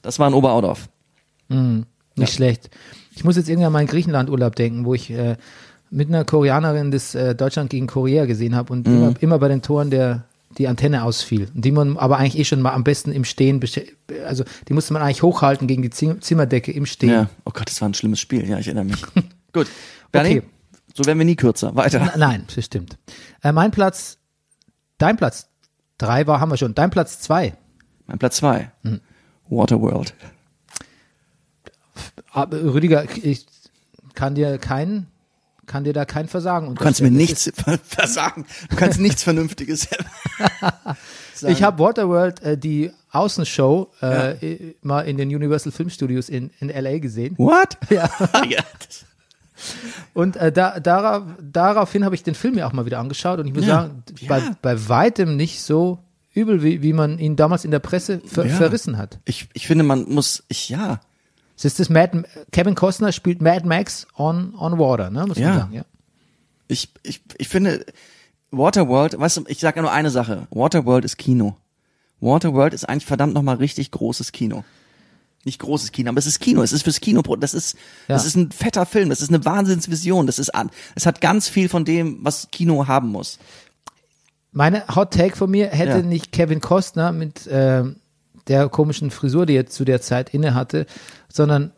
[SPEAKER 2] Das war in Oberaudorf.
[SPEAKER 1] Hm, Nicht schlecht. Ich muss jetzt irgendwie an meinen Griechenland-Urlaub denken, wo ich äh, mit einer Koreanerin das äh, Deutschland gegen Korea gesehen habe und immer, immer bei den Toren der die Antenne ausfiel. Und die man aber eigentlich eh schon mal am besten im Stehen, besch- also die musste man eigentlich hochhalten gegen die Zim- Zimmerdecke im Stehen.
[SPEAKER 2] Ja. Oh Gott, das war ein schlimmes Spiel. Ja, ich erinnere mich. Gut. Bernie,
[SPEAKER 1] Okay.
[SPEAKER 2] so werden wir nie kürzer. Weiter.
[SPEAKER 1] N- Nein, das stimmt. Äh, mein Platz, dein Platz drei war, haben wir schon. Dein Platz zwei.
[SPEAKER 2] Mein Platz zwei.
[SPEAKER 1] Hm.
[SPEAKER 2] Waterworld.
[SPEAKER 1] Aber, äh, Rüdiger, ich kann dir keinen, kann dir da kein Versagen
[SPEAKER 2] Du kannst mir
[SPEAKER 1] unterstellen. Das
[SPEAKER 2] nichts ver- versagen. Du kannst nichts Vernünftiges sagen.
[SPEAKER 1] Ich habe Waterworld, äh, die Außenshow, äh, i- mal in den Universal Film Studios in, in L.A. gesehen.
[SPEAKER 2] What? Ja. ja. das-
[SPEAKER 1] Und äh, da, darauf, daraufhin habe ich den Film ja auch mal wieder angeschaut. Und ich muss
[SPEAKER 2] Ja.
[SPEAKER 1] sagen, bei, bei weitem nicht so übel, wie, wie man ihn damals in der Presse ver
[SPEAKER 2] Ja.
[SPEAKER 1] verrissen hat.
[SPEAKER 2] Ich, ich finde, man muss, ich, ja.
[SPEAKER 1] Es ist das Mad, Kevin Costner spielt Mad Max on, on Water, ne? muss man
[SPEAKER 2] Ja.
[SPEAKER 1] sagen. Ja.
[SPEAKER 2] Ich, ich, ich finde, Waterworld, weißt du, ich sage ja nur eine Sache. Waterworld ist Kino. Waterworld ist eigentlich verdammt nochmal richtig großes Kino. Nicht großes Kino, aber es ist Kino, es ist fürs Kino, das ist, das
[SPEAKER 1] Ja.
[SPEAKER 2] ist ein fetter Film, das ist eine Wahnsinnsvision, das ist an, es hat ganz viel von dem, was Kino haben muss.
[SPEAKER 1] Meine Hot Take von mir hätte
[SPEAKER 2] Ja.
[SPEAKER 1] nicht Kevin Costner mit ähm, der komischen Frisur, die er zu der Zeit inne hatte, sondern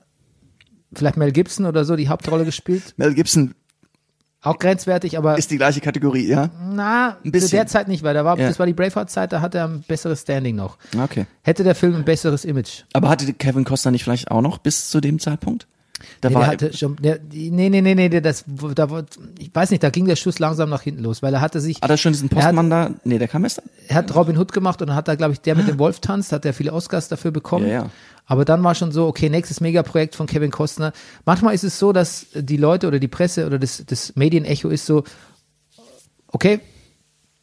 [SPEAKER 1] vielleicht Mel Gibson oder so die Hauptrolle gespielt.
[SPEAKER 2] Mel Gibson
[SPEAKER 1] Auch grenzwertig, aber
[SPEAKER 2] ist die gleiche Kategorie, ja?
[SPEAKER 1] na, zu
[SPEAKER 2] bisschen.
[SPEAKER 1] der Zeit nicht, weil da war,
[SPEAKER 2] Ja.
[SPEAKER 1] das war die Braveheart-Zeit, da hatte er ein besseres Standing noch.
[SPEAKER 2] Okay.
[SPEAKER 1] Hätte der Film ein besseres Image.
[SPEAKER 2] Aber hatte Kevin Costner nicht vielleicht auch noch bis zu dem Zeitpunkt? Da
[SPEAKER 1] Nee,
[SPEAKER 2] war
[SPEAKER 1] der hatte schon, der, die- nee, nee, nee, nee, der- das, da, war- ich weiß nicht, da ging der Schuss langsam nach hinten los, weil er hatte sich,
[SPEAKER 2] hat er schon diesen
[SPEAKER 1] er hat-
[SPEAKER 2] Postmann da? Nee, der kam erst.
[SPEAKER 1] Er hat Robin Hood gemacht und dann hat da, glaube ich, der mit dem Wolf tanzt, hat er viele Oscars dafür bekommen.
[SPEAKER 2] Ja, ja.
[SPEAKER 1] Aber dann war schon so, okay, nächstes Megaprojekt von Kevin Costner. Manchmal ist es so, dass die Leute oder die Presse oder das, das Medienecho ist so, okay,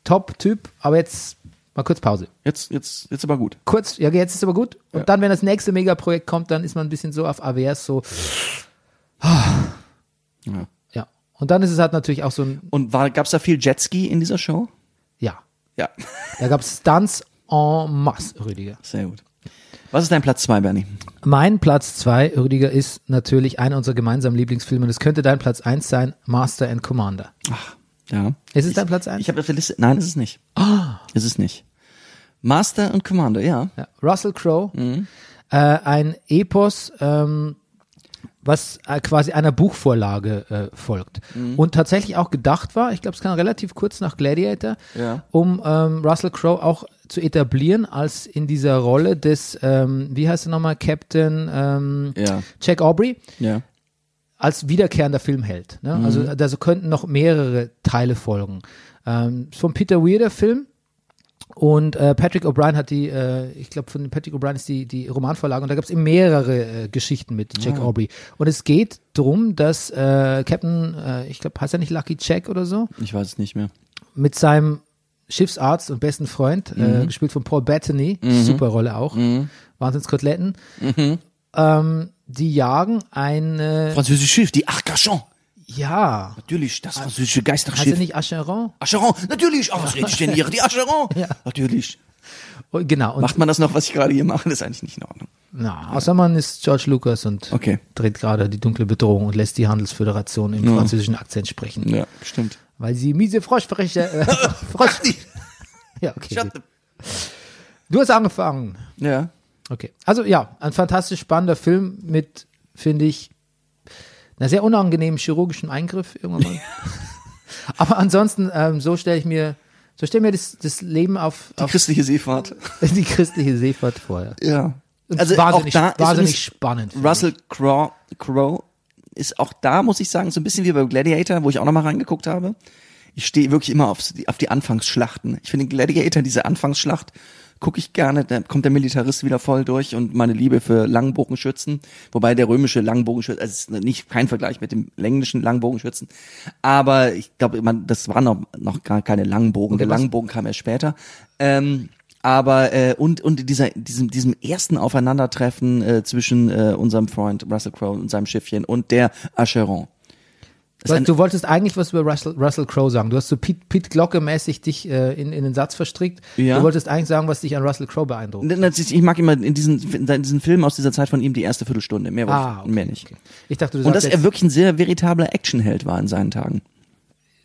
[SPEAKER 1] top Typ, aber jetzt mal kurz Pause.
[SPEAKER 2] Jetzt, jetzt, jetzt aber gut.
[SPEAKER 1] Kurz, ja, jetzt ist aber gut. Und dann, wenn das nächste Megaprojekt kommt, dann ist man ein bisschen so auf AWS so,
[SPEAKER 2] Ja.
[SPEAKER 1] ja. Und dann ist es halt natürlich auch so ein,
[SPEAKER 2] Und war, gab's da viel Jetski in dieser Show?
[SPEAKER 1] ja.
[SPEAKER 2] Ja.
[SPEAKER 1] Da gab es Stunts en masse, Rüdiger.
[SPEAKER 2] Sehr gut. Was ist dein Platz zwei, Bernie?
[SPEAKER 1] Mein Platz zwei, Rüdiger, ist natürlich einer unserer gemeinsamen Lieblingsfilme. Das könnte dein Platz eins sein, Master and Commander.
[SPEAKER 2] Ach, ja.
[SPEAKER 1] Ist es
[SPEAKER 2] ich,
[SPEAKER 1] dein Platz eins?
[SPEAKER 2] Ich habe auf der Liste. Nein, ist es nicht. Ah. Ist es nicht. Master und Commander, ja.
[SPEAKER 1] Ja, Russell Crowe,
[SPEAKER 2] Mhm.
[SPEAKER 1] äh, ein Epos, ähm, was äh, quasi einer Buchvorlage äh, folgt.
[SPEAKER 2] Mhm.
[SPEAKER 1] Und tatsächlich auch gedacht war, ich glaube, es kam relativ kurz nach Gladiator,
[SPEAKER 2] Ja.
[SPEAKER 1] um ähm, Russell Crowe auch zu etablieren als in dieser Rolle des, ähm, wie heißt er nochmal, Captain ähm,
[SPEAKER 2] Ja.
[SPEAKER 1] Jack Aubrey.
[SPEAKER 2] Ja.
[SPEAKER 1] als wiederkehrender Filmheld. Ne? Also da so könnten noch mehrere Teile folgen. Ähm, ist von Peter Weir der Film und äh, Patrick O'Brien hat die, äh, ich glaube von Patrick O'Brien ist die, die Romanvorlage und da gab es eben mehrere äh, Geschichten mit Jack Aubrey. Und es geht drum, dass äh, Captain, äh, ich glaube heißt er nicht Lucky Jack oder so,
[SPEAKER 2] Ich weiß es nicht mehr.
[SPEAKER 1] mit seinem Schiffsarzt und besten Freund, äh, gespielt von Paul Bettany, super Rolle auch, Wahnsinnskoteletten, ähm, die jagen eine,
[SPEAKER 2] Französisches Schiff, die Arcachon.
[SPEAKER 1] ja,
[SPEAKER 2] Natürlich, das französische
[SPEAKER 1] Heißt er
[SPEAKER 2] Geisterschiff.
[SPEAKER 1] Also nicht Acheron?
[SPEAKER 2] Acheron, natürlich. Oh, was rede ich denn hier? Die Acheron.
[SPEAKER 1] Ja.
[SPEAKER 2] Natürlich.
[SPEAKER 1] Oh, genau. Und,
[SPEAKER 2] Macht man das noch, was ich gerade hier mache? Das ist eigentlich nicht in Ordnung.
[SPEAKER 1] na, außer man ist George Lucas und
[SPEAKER 2] Okay.
[SPEAKER 1] dreht gerade die dunkle Bedrohung und lässt die Handelsföderation im französischen Akzent sprechen.
[SPEAKER 2] Ja, stimmt.
[SPEAKER 1] Weil sie miese Froschfrecher. Äh, Frosch. ja, okay. Du hast angefangen.
[SPEAKER 2] Ja.
[SPEAKER 1] Okay. Also ja, ein fantastisch spannender Film mit finde ich, einer sehr unangenehmen chirurgischen Eingriff irgendwann mal. Aber ansonsten, ähm, so stelle ich mir, so stelle mir das, das Leben auf,
[SPEAKER 2] Die
[SPEAKER 1] auf
[SPEAKER 2] christliche Seefahrt.
[SPEAKER 1] die christliche Seefahrt vor. ja.
[SPEAKER 2] Ja.
[SPEAKER 1] Und
[SPEAKER 2] Also
[SPEAKER 1] wahnsinnig,
[SPEAKER 2] auch da ist
[SPEAKER 1] wahnsinnig
[SPEAKER 2] übrigens
[SPEAKER 1] spannend. finde
[SPEAKER 2] Russell Crowe Crow ist auch da, muss ich sagen, so ein bisschen wie bei Gladiator, wo ich auch nochmal reingeguckt habe. Ich stehe wirklich immer aufs, auf die Anfangsschlachten. Ich finde Gladiator, diese Anfangsschlacht, gucke ich gerne. Da kommt der Militarist wieder voll durch und meine Liebe für Langbogenschützen. Wobei der römische Langbogenschütze, also es ist nicht kein Vergleich mit dem länglichen Langbogenschützen. Aber ich glaube, man- das waren noch, noch gar keine Langbogen. Der Langbogen kam erst später. Ähm, aber äh, und und dieser diesem diesem ersten Aufeinandertreffen äh, zwischen äh, unserem Freund Russell Crowe und seinem Schiffchen und der Acheron.
[SPEAKER 1] ich. du, du wolltest eigentlich was über Russell, Russell Crowe sagen. Du hast so Pete, Pete Glocke-mäßig dich äh, in, in den Satz verstrickt.
[SPEAKER 2] Ja.
[SPEAKER 1] Du wolltest eigentlich sagen, was dich an Russell Crowe beeindruckt.
[SPEAKER 2] Und das ist- Ich mag immer in diesen in diesen Filmen aus dieser Zeit von ihm die erste Viertelstunde mehr wollte ich-
[SPEAKER 1] Ah, okay,
[SPEAKER 2] mehr nicht.
[SPEAKER 1] okay. Ich dachte, du
[SPEAKER 2] Und dass
[SPEAKER 1] sagst
[SPEAKER 2] er
[SPEAKER 1] jetzt,
[SPEAKER 2] wirklich ein sehr veritabler Actionheld war in seinen Tagen.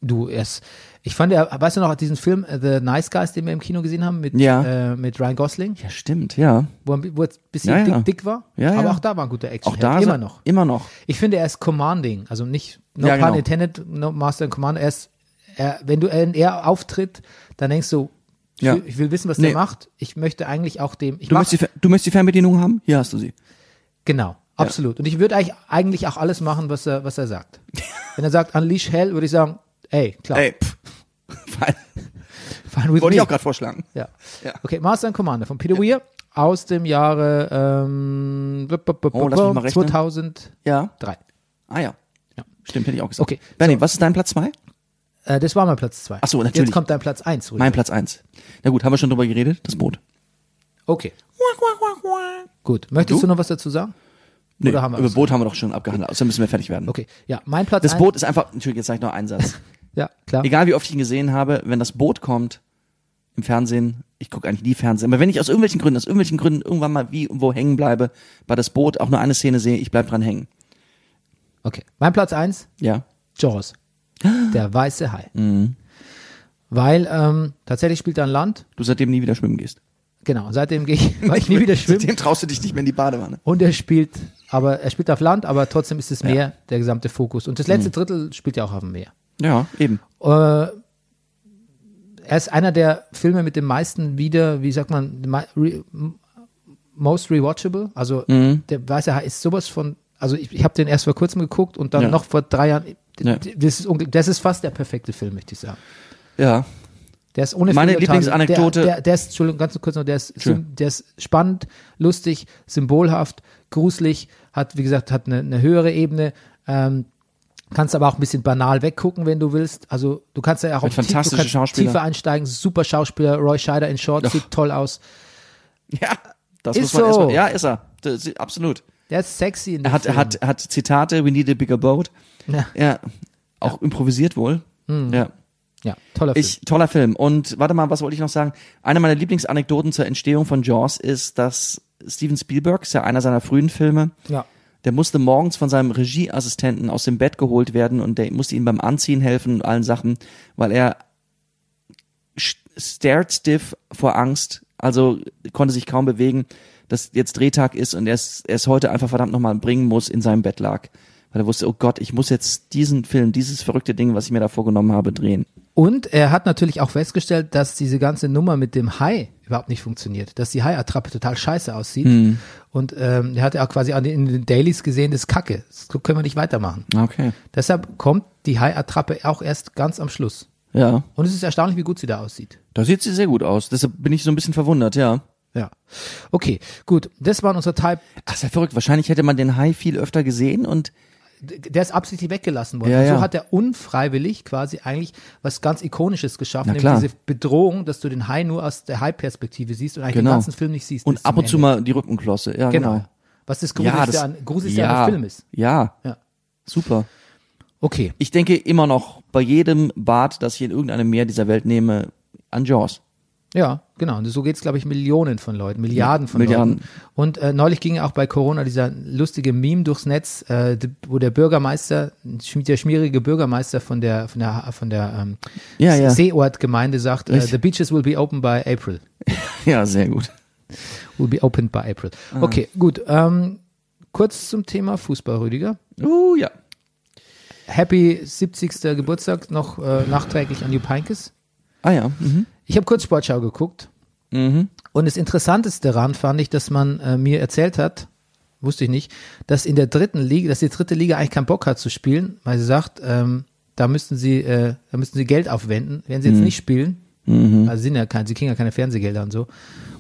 [SPEAKER 1] du erst. Ich fand ja, weißt du noch, diesen Film äh, The Nice Guys, den wir im Kino gesehen haben, mit,
[SPEAKER 2] Ja.
[SPEAKER 1] äh, mit Ryan Gosling,
[SPEAKER 2] Ja, stimmt, ja.
[SPEAKER 1] wo er wo er ein bisschen
[SPEAKER 2] Ja, ja.
[SPEAKER 1] Dick, dick war.
[SPEAKER 2] Ja,
[SPEAKER 1] aber
[SPEAKER 2] ja.
[SPEAKER 1] auch da war ein guter Action.
[SPEAKER 2] Auch da ist
[SPEAKER 1] immer
[SPEAKER 2] er-
[SPEAKER 1] noch.
[SPEAKER 2] Immer noch.
[SPEAKER 1] Ich finde, er ist commanding, also nicht no
[SPEAKER 2] Ja,
[SPEAKER 1] pun
[SPEAKER 2] genau.
[SPEAKER 1] intended, no master and commander. Er ist, er, wenn du wenn er auftritt, dann denkst du, ich,
[SPEAKER 2] Ja.
[SPEAKER 1] will, ich will wissen, was
[SPEAKER 2] Nee.
[SPEAKER 1] der macht. Ich möchte eigentlich auch dem. Ich
[SPEAKER 2] Du
[SPEAKER 1] mach-
[SPEAKER 2] möchtest, die, Fer- du möchtest die Fernbedienung haben? Hier hast du sie.
[SPEAKER 1] Genau, absolut. Und ich würde eigentlich, eigentlich auch alles machen, was er, was er sagt. Wenn er sagt, unleash hell, würde ich sagen, ey, klar,
[SPEAKER 2] Ey, pff.
[SPEAKER 1] fine with
[SPEAKER 2] Wollte
[SPEAKER 1] me.
[SPEAKER 2] ich auch gerade vorschlagen.
[SPEAKER 1] Ja.
[SPEAKER 2] Ja.
[SPEAKER 1] Okay, Master and Commander von Peter Weir aus dem Jahre ähm,
[SPEAKER 2] Oh, lass mich mal rechnen.
[SPEAKER 1] 2003.
[SPEAKER 2] Ja. Ah ja.
[SPEAKER 1] Ja.
[SPEAKER 2] Stimmt, hätte ich auch gesagt.
[SPEAKER 1] Okay,
[SPEAKER 2] Benny, was ist dein Platz zwei?
[SPEAKER 1] Äh, das war mein Platz zwei.
[SPEAKER 2] Ach so, natürlich.
[SPEAKER 1] Jetzt kommt dein Platz eins. Rudi.
[SPEAKER 2] Mein Platz eins. Na gut, haben wir schon drüber geredet? Das Boot.
[SPEAKER 1] Okay. Gut. Möchtest du? noch was dazu sagen?
[SPEAKER 2] Nee,
[SPEAKER 1] Oder haben wir
[SPEAKER 2] über
[SPEAKER 1] was?
[SPEAKER 2] Boot haben wir doch schon abgehandelt. Außerdem müssen wir fertig werden.
[SPEAKER 1] Okay. Ja, mein Platz
[SPEAKER 2] Das
[SPEAKER 1] ein-
[SPEAKER 2] Boot ist einfach, Entschuldigung, jetzt sage ich noch einen Satz.
[SPEAKER 1] Ja, klar.
[SPEAKER 2] Egal wie oft ich ihn gesehen habe, wenn das Boot kommt im Fernsehen, ich gucke eigentlich nie Fernsehen, aber wenn ich aus irgendwelchen Gründen, aus irgendwelchen Gründen irgendwann mal wie und wo hängen bleibe, bei das Boot auch nur eine Szene sehe, ich bleib dran hängen.
[SPEAKER 1] Okay. Mein Platz eins,
[SPEAKER 2] Ja.
[SPEAKER 1] Jaws. Der weiße Hai.
[SPEAKER 2] Mhm.
[SPEAKER 1] Weil ähm, tatsächlich spielt er ein Land.
[SPEAKER 2] Du seitdem nie wieder schwimmen gehst.
[SPEAKER 1] Genau. Seitdem gehe ich, weil ich nie wieder schwimmen.
[SPEAKER 2] Seitdem traust du dich nicht mehr in die Badewanne.
[SPEAKER 1] Und er spielt, aber er spielt auf Land, aber trotzdem ist es Meer der gesamte Fokus. Und das
[SPEAKER 2] Mhm.
[SPEAKER 1] letzte Drittel spielt ja auch auf dem Meer.
[SPEAKER 2] Ja, eben.
[SPEAKER 1] Äh, er ist einer der Filme mit dem meisten wieder, wie sagt man, ma- re, m- most rewatchable. Also
[SPEAKER 2] Mhm.
[SPEAKER 1] der weiße Hai ist sowas von, also ich, ich habe den erst vor kurzem geguckt und dann
[SPEAKER 2] Ja.
[SPEAKER 1] noch vor drei Jahren. D-
[SPEAKER 2] Ja.
[SPEAKER 1] d- Das ist, ungl- das ist fast der perfekte Film, möchte ich sagen.
[SPEAKER 2] Ja.
[SPEAKER 1] Der ist ohne
[SPEAKER 2] Meine
[SPEAKER 1] Filtertage-
[SPEAKER 2] Lieblingsanekdote-
[SPEAKER 1] Der, der, der ist, Entschuldigung, ganz kurz noch, der ist,
[SPEAKER 2] Entschuldigung.
[SPEAKER 1] der ist spannend, lustig, symbolhaft, gruselig, hat, wie gesagt, hat eine, eine höhere Ebene. Ähm, kannst aber auch ein bisschen banal weggucken, wenn du willst. Also du kannst ja auch
[SPEAKER 2] Mit
[SPEAKER 1] auf tief-
[SPEAKER 2] fantastischen
[SPEAKER 1] du kannst
[SPEAKER 2] Schauspielern.
[SPEAKER 1] tiefer einsteigen. Super Schauspieler, Roy Scheider in Short, sieht toll aus.
[SPEAKER 2] Ja. Das
[SPEAKER 1] Ist
[SPEAKER 2] muss man
[SPEAKER 1] so.
[SPEAKER 2] erstmal. Ja, ist er. Das, ist- absolut.
[SPEAKER 1] Der ist sexy in dem
[SPEAKER 2] Er hat, er
[SPEAKER 1] Film.
[SPEAKER 2] hat, er hat Zitate, we need a bigger boat.
[SPEAKER 1] Ja,
[SPEAKER 2] Ja. Auch improvisiert wohl. Ja.
[SPEAKER 1] ja toller Film.
[SPEAKER 2] Ich, toller Film. Und warte mal, was wollte ich noch sagen? Eine meiner Lieblingsanekdoten zur Entstehung von Jaws ist, dass Steven Spielberg, ist ja einer seiner frühen Filme,
[SPEAKER 1] ja.
[SPEAKER 2] der musste morgens von seinem Regieassistenten aus dem Bett geholt werden und der musste ihm beim Anziehen helfen und allen Sachen, weil er st- stared stiff vor Angst, also konnte sich kaum bewegen, dass jetzt Drehtag ist und er es, er es heute einfach verdammt nochmal bringen muss, in seinem Bett lag. Weil er wusste, oh Gott, ich muss jetzt diesen Film, dieses verrückte Ding, was ich mir da vorgenommen habe, drehen.
[SPEAKER 1] Und er hat natürlich auch festgestellt, dass diese ganze Nummer mit dem Hai überhaupt nicht funktioniert, dass die Hai-Attrappe total scheiße aussieht.
[SPEAKER 2] Hm.
[SPEAKER 1] Und ähm, er hat ja auch quasi an den, in den Dailies gesehen, das ist Kacke, das können wir nicht weitermachen.
[SPEAKER 2] Okay.
[SPEAKER 1] Deshalb kommt die Hai-Attrappe auch erst ganz am Schluss.
[SPEAKER 2] Ja.
[SPEAKER 1] Und es ist erstaunlich, wie gut sie da aussieht.
[SPEAKER 2] Da sieht sie sehr gut aus. Deshalb bin ich so ein bisschen verwundert, ja.
[SPEAKER 1] Ja. Okay, gut. Das waren unsere Type.
[SPEAKER 2] Ach, ist ja verrückt. Wahrscheinlich hätte man den Hai viel öfter gesehen und
[SPEAKER 1] Der ist absichtlich weggelassen worden.
[SPEAKER 2] Ja,
[SPEAKER 1] Und so
[SPEAKER 2] ja.
[SPEAKER 1] hat er unfreiwillig quasi eigentlich was ganz Ikonisches geschaffen,
[SPEAKER 2] Na
[SPEAKER 1] nämlich
[SPEAKER 2] klar.
[SPEAKER 1] diese Bedrohung, dass du den Hai nur aus der Hai-Perspektive siehst und eigentlich
[SPEAKER 2] Genau.
[SPEAKER 1] den ganzen Film nicht siehst.
[SPEAKER 2] und
[SPEAKER 1] bis
[SPEAKER 2] ab
[SPEAKER 1] zum
[SPEAKER 2] und zu
[SPEAKER 1] Ende.
[SPEAKER 2] mal die Rückenklosse. Ja, genau.
[SPEAKER 1] Genau. Was das Gruseligste,
[SPEAKER 2] Ja, das
[SPEAKER 1] an, Gruseligste an dem Film ist.
[SPEAKER 2] Ja,
[SPEAKER 1] Ja.
[SPEAKER 2] super.
[SPEAKER 1] Okay,
[SPEAKER 2] Ich denke immer noch bei jedem Bad, das ich in irgendeinem Meer dieser Welt nehme, an Jaws.
[SPEAKER 1] ja, genau. Und so geht's, glaube ich, Millionen von Leuten, Milliarden von
[SPEAKER 2] Milliarden.
[SPEAKER 1] Leuten. Und äh, neulich ging ja auch bei Corona dieser lustige Meme durchs Netz, äh, d- wo der Bürgermeister, sch- der schmierige Bürgermeister von der von der von der ähm,
[SPEAKER 2] Ja, ja.
[SPEAKER 1] Seeortgemeinde sagt, äh,
[SPEAKER 2] Richtig.
[SPEAKER 1] the beaches will be open by April.
[SPEAKER 2] Ja, sehr gut. Ah.
[SPEAKER 1] Will be opened by April. Okay, gut. Ähm, Kurz zum Thema Fußball, Rüdiger.
[SPEAKER 2] Uh, ja.
[SPEAKER 1] Happy 70. Geburtstag noch äh, nachträglich an Jupp Heynckes.
[SPEAKER 2] Ah ja. Mhm.
[SPEAKER 1] Ich habe kurz Sportschau geguckt
[SPEAKER 2] Mhm.
[SPEAKER 1] und das Interessanteste daran fand ich, dass man äh, mir erzählt hat, wusste ich nicht, dass in der dritten Liga, dass die dritte Liga eigentlich keinen Bock hat zu spielen, weil sie sagt, ähm, da müssten sie, äh, da müssten sie Geld aufwenden, wenn sie jetzt nicht spielen. Also sind ja kein, sie kriegen ja keine Fernsehgelder und so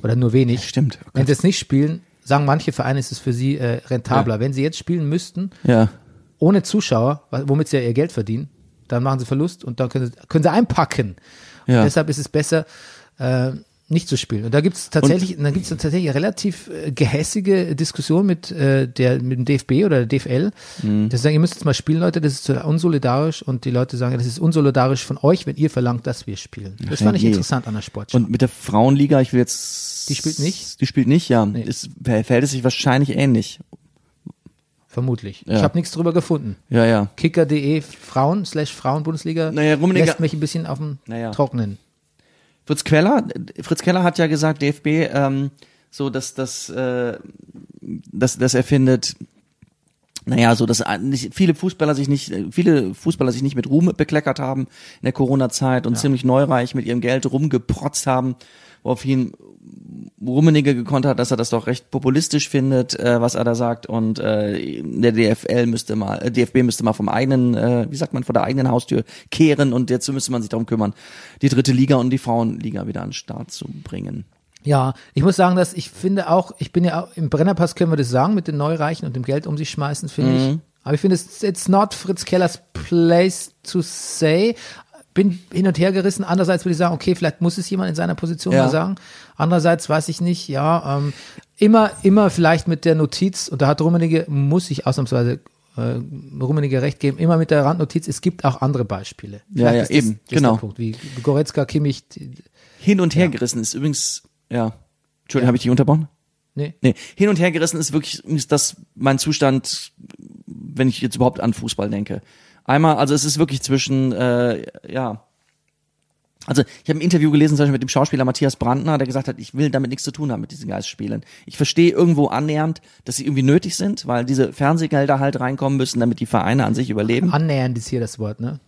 [SPEAKER 1] oder nur wenig.
[SPEAKER 2] Stimmt. Oh
[SPEAKER 1] wenn sie jetzt nicht spielen, sagen manche Vereine, ist es für sie äh, rentabler. Wenn sie jetzt spielen müssten,
[SPEAKER 2] Ja.
[SPEAKER 1] ohne Zuschauer, wa- womit sie ja ihr Geld verdienen, dann machen sie Verlust und dann können sie, können sie einpacken.
[SPEAKER 2] Ja.
[SPEAKER 1] Und deshalb ist es besser, äh, nicht zu spielen. Und da gibt es tatsächlich, da gibt's tatsächlich eine relativ äh, gehässige Diskussion mit, äh, der, mit dem DFB oder der DFL.
[SPEAKER 2] Mhm.
[SPEAKER 1] Die sagen, ihr müsst jetzt mal spielen, Leute, das ist total unsolidarisch. Und die Leute sagen, das ist unsolidarisch von euch, wenn ihr verlangt, dass wir spielen. Das
[SPEAKER 2] Ja,
[SPEAKER 1] fand ich
[SPEAKER 2] je.
[SPEAKER 1] interessant an der Sportschau.
[SPEAKER 2] Und mit der Frauenliga, ich will jetzt.
[SPEAKER 1] Die spielt nicht?
[SPEAKER 2] Die spielt nicht, ja. Ist, verhält es sich wahrscheinlich ähnlich.
[SPEAKER 1] Vermutlich.
[SPEAKER 2] Ja.
[SPEAKER 1] Ich habe nichts drüber gefunden.
[SPEAKER 2] Ja, ja.
[SPEAKER 1] Kicker.de Frauen slash Frauenbundesliga
[SPEAKER 2] Naja, Rummenigge-
[SPEAKER 1] lässt mich ein bisschen auf dem
[SPEAKER 2] Naja.
[SPEAKER 1] Trocknen.
[SPEAKER 2] Fritz Keller, Fritz Keller hat ja gesagt, DFB, ähm, so dass das, äh, dass, dass er findet, naja, so dass ein- nicht- viele Fußballer sich nicht, äh, viele Fußballer sich nicht mit Ruhm bekleckert haben in der Corona-Zeit und ziemlich neureich mit ihrem Geld rumgeprotzt haben, worauf ihn Rummenigge gekonnt hat, dass er das doch recht populistisch findet, äh, was er da sagt und äh, der DFL müsste mal, äh, DFB müsste mal vom eigenen, äh, wie sagt man, vor der eigenen Haustür kehren und jetzt müsste man sich darum kümmern, die dritte Liga und die Frauenliga wieder an den Start zu bringen.
[SPEAKER 1] Ja, ich muss sagen, dass ich finde auch, ich bin ja auch, im Brennerpass können wir das sagen, mit den Neureichen und dem Geld um sich schmeißen, finde
[SPEAKER 2] Mhm.
[SPEAKER 1] ich. Aber ich finde, it's, it's not Fritz Kellers place to say. Bin hin und her gerissen. Andererseits würde ich sagen, okay, vielleicht muss es jemand in seiner Position
[SPEAKER 2] Ja.
[SPEAKER 1] mal sagen. Andererseits weiß ich nicht, ja, ähm, immer, immer vielleicht mit der Notiz, und da hat Rummenigge, muss ich ausnahmsweise äh, Rummenigge recht geben, immer mit der Randnotiz, es gibt auch andere Beispiele.
[SPEAKER 2] Ja,
[SPEAKER 1] Vielleicht
[SPEAKER 2] ja,
[SPEAKER 1] ist das-
[SPEAKER 2] eben,
[SPEAKER 1] das ist der
[SPEAKER 2] genau.
[SPEAKER 1] Punkt, wie Goretzka, Kimmich, die-
[SPEAKER 2] Hin und her gerissen ist übrigens, ja, Entschuldigung, habe ich dich unterbrochen?
[SPEAKER 1] nee.
[SPEAKER 2] Nee, hin und her gerissen ist wirklich ist das mein Zustand, wenn ich jetzt überhaupt an Fußball denke. Einmal, also es ist wirklich zwischen, äh, ja. Also ich habe ein Interview gelesen, zum Beispiel mit dem Schauspieler Matthias Brandner, der gesagt hat, ich will damit nichts zu tun haben mit diesen Geistspielen. Ich verstehe irgendwo annähernd, dass sie irgendwie nötig sind, weil diese Fernsehgelder halt reinkommen müssen, damit die Vereine an sich überleben.
[SPEAKER 1] Annähernd ist hier das Wort, ne?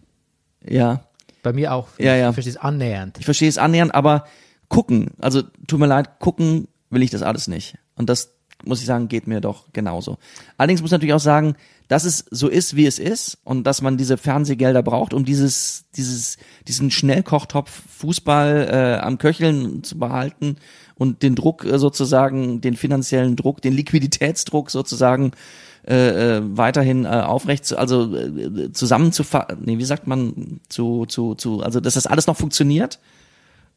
[SPEAKER 2] Ja.
[SPEAKER 1] Bei mir auch.
[SPEAKER 2] Ja, ja.
[SPEAKER 1] Ich verstehe es annähernd.
[SPEAKER 2] Ich verstehe es annähernd, aber gucken, also tut mir leid, gucken will ich das alles nicht. Und das muss ich sagen, geht mir doch genauso. Allerdings muss ich natürlich auch sagen, dass es so ist, wie es ist und dass man diese Fernsehgelder braucht, um dieses, dieses, diesen Schnellkochtopf Fußball äh, am Köcheln zu behalten und den Druck äh, sozusagen, den finanziellen Druck, den Liquiditätsdruck sozusagen äh, äh, weiterhin äh, aufrecht, zu, also äh, zusammenzufassen, nee, wie sagt man, zu, zu, zu, also dass das alles noch funktioniert.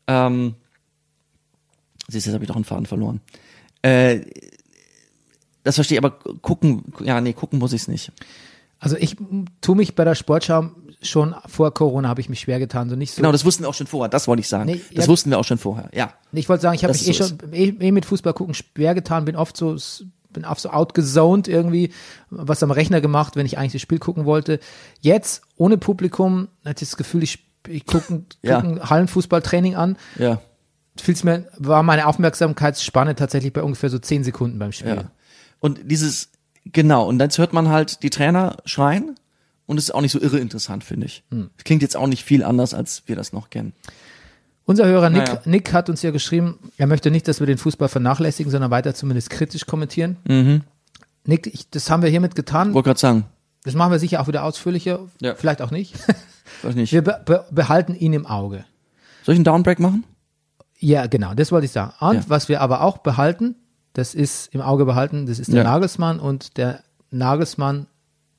[SPEAKER 2] Ähm, siehst du, jetzt habe ich doch einen Faden verloren. Äh, das verstehe ich, aber gucken, ja, nee, gucken muss ich es nicht.
[SPEAKER 1] Also ich m, tue mich bei der Sportschau schon vor Corona habe ich mich schwer getan, so nicht so.
[SPEAKER 2] Genau, das wussten wir auch schon vorher, das wollte ich sagen.
[SPEAKER 1] Nee,
[SPEAKER 2] das
[SPEAKER 1] ja.
[SPEAKER 2] wussten wir auch schon vorher, ja.
[SPEAKER 1] ich wollte sagen, ich habe
[SPEAKER 2] dass
[SPEAKER 1] mich eh
[SPEAKER 2] es so
[SPEAKER 1] schon eh, eh mit Fußball gucken schwer getan, bin oft so s- bin oft so outgezoned irgendwie, was am Rechner gemacht, wenn ich eigentlich das Spiel gucken wollte. Jetzt ohne Publikum, hatte ich das Gefühl, ich, sp- ich gucke
[SPEAKER 2] Ja.
[SPEAKER 1] gucken Hallenfußballtraining an.
[SPEAKER 2] Ja.
[SPEAKER 1] Fühl's mir, war meine Aufmerksamkeitsspanne tatsächlich bei ungefähr so zehn Sekunden beim Spiel.
[SPEAKER 2] Ja. Und dieses, genau, und jetzt hört man halt die Trainer schreien und es ist auch nicht so irre interessant, finde ich.
[SPEAKER 1] Hm.
[SPEAKER 2] Es Klingt jetzt auch nicht viel anders, als wir das noch kennen.
[SPEAKER 1] Unser Hörer Nick,
[SPEAKER 2] Naja.
[SPEAKER 1] Nick hat uns ja geschrieben, er möchte nicht, dass wir den Fußball vernachlässigen, sondern weiter zumindest kritisch kommentieren. Nick, ich, das haben wir hiermit getan.
[SPEAKER 2] Wollte gerade sagen,
[SPEAKER 1] Das machen wir sicher auch wieder ausführlicher,
[SPEAKER 2] Ja.
[SPEAKER 1] vielleicht auch nicht.
[SPEAKER 2] weiß nicht.
[SPEAKER 1] Wir be be behalten ihn im Auge.
[SPEAKER 2] Soll ich einen Downbreak machen?
[SPEAKER 1] Ja, genau, das wollte ich sagen. Und
[SPEAKER 2] Ja.
[SPEAKER 1] was wir aber auch behalten, das ist im Auge behalten, das ist der
[SPEAKER 2] Ja.
[SPEAKER 1] Nagelsmann und der Nagelsmann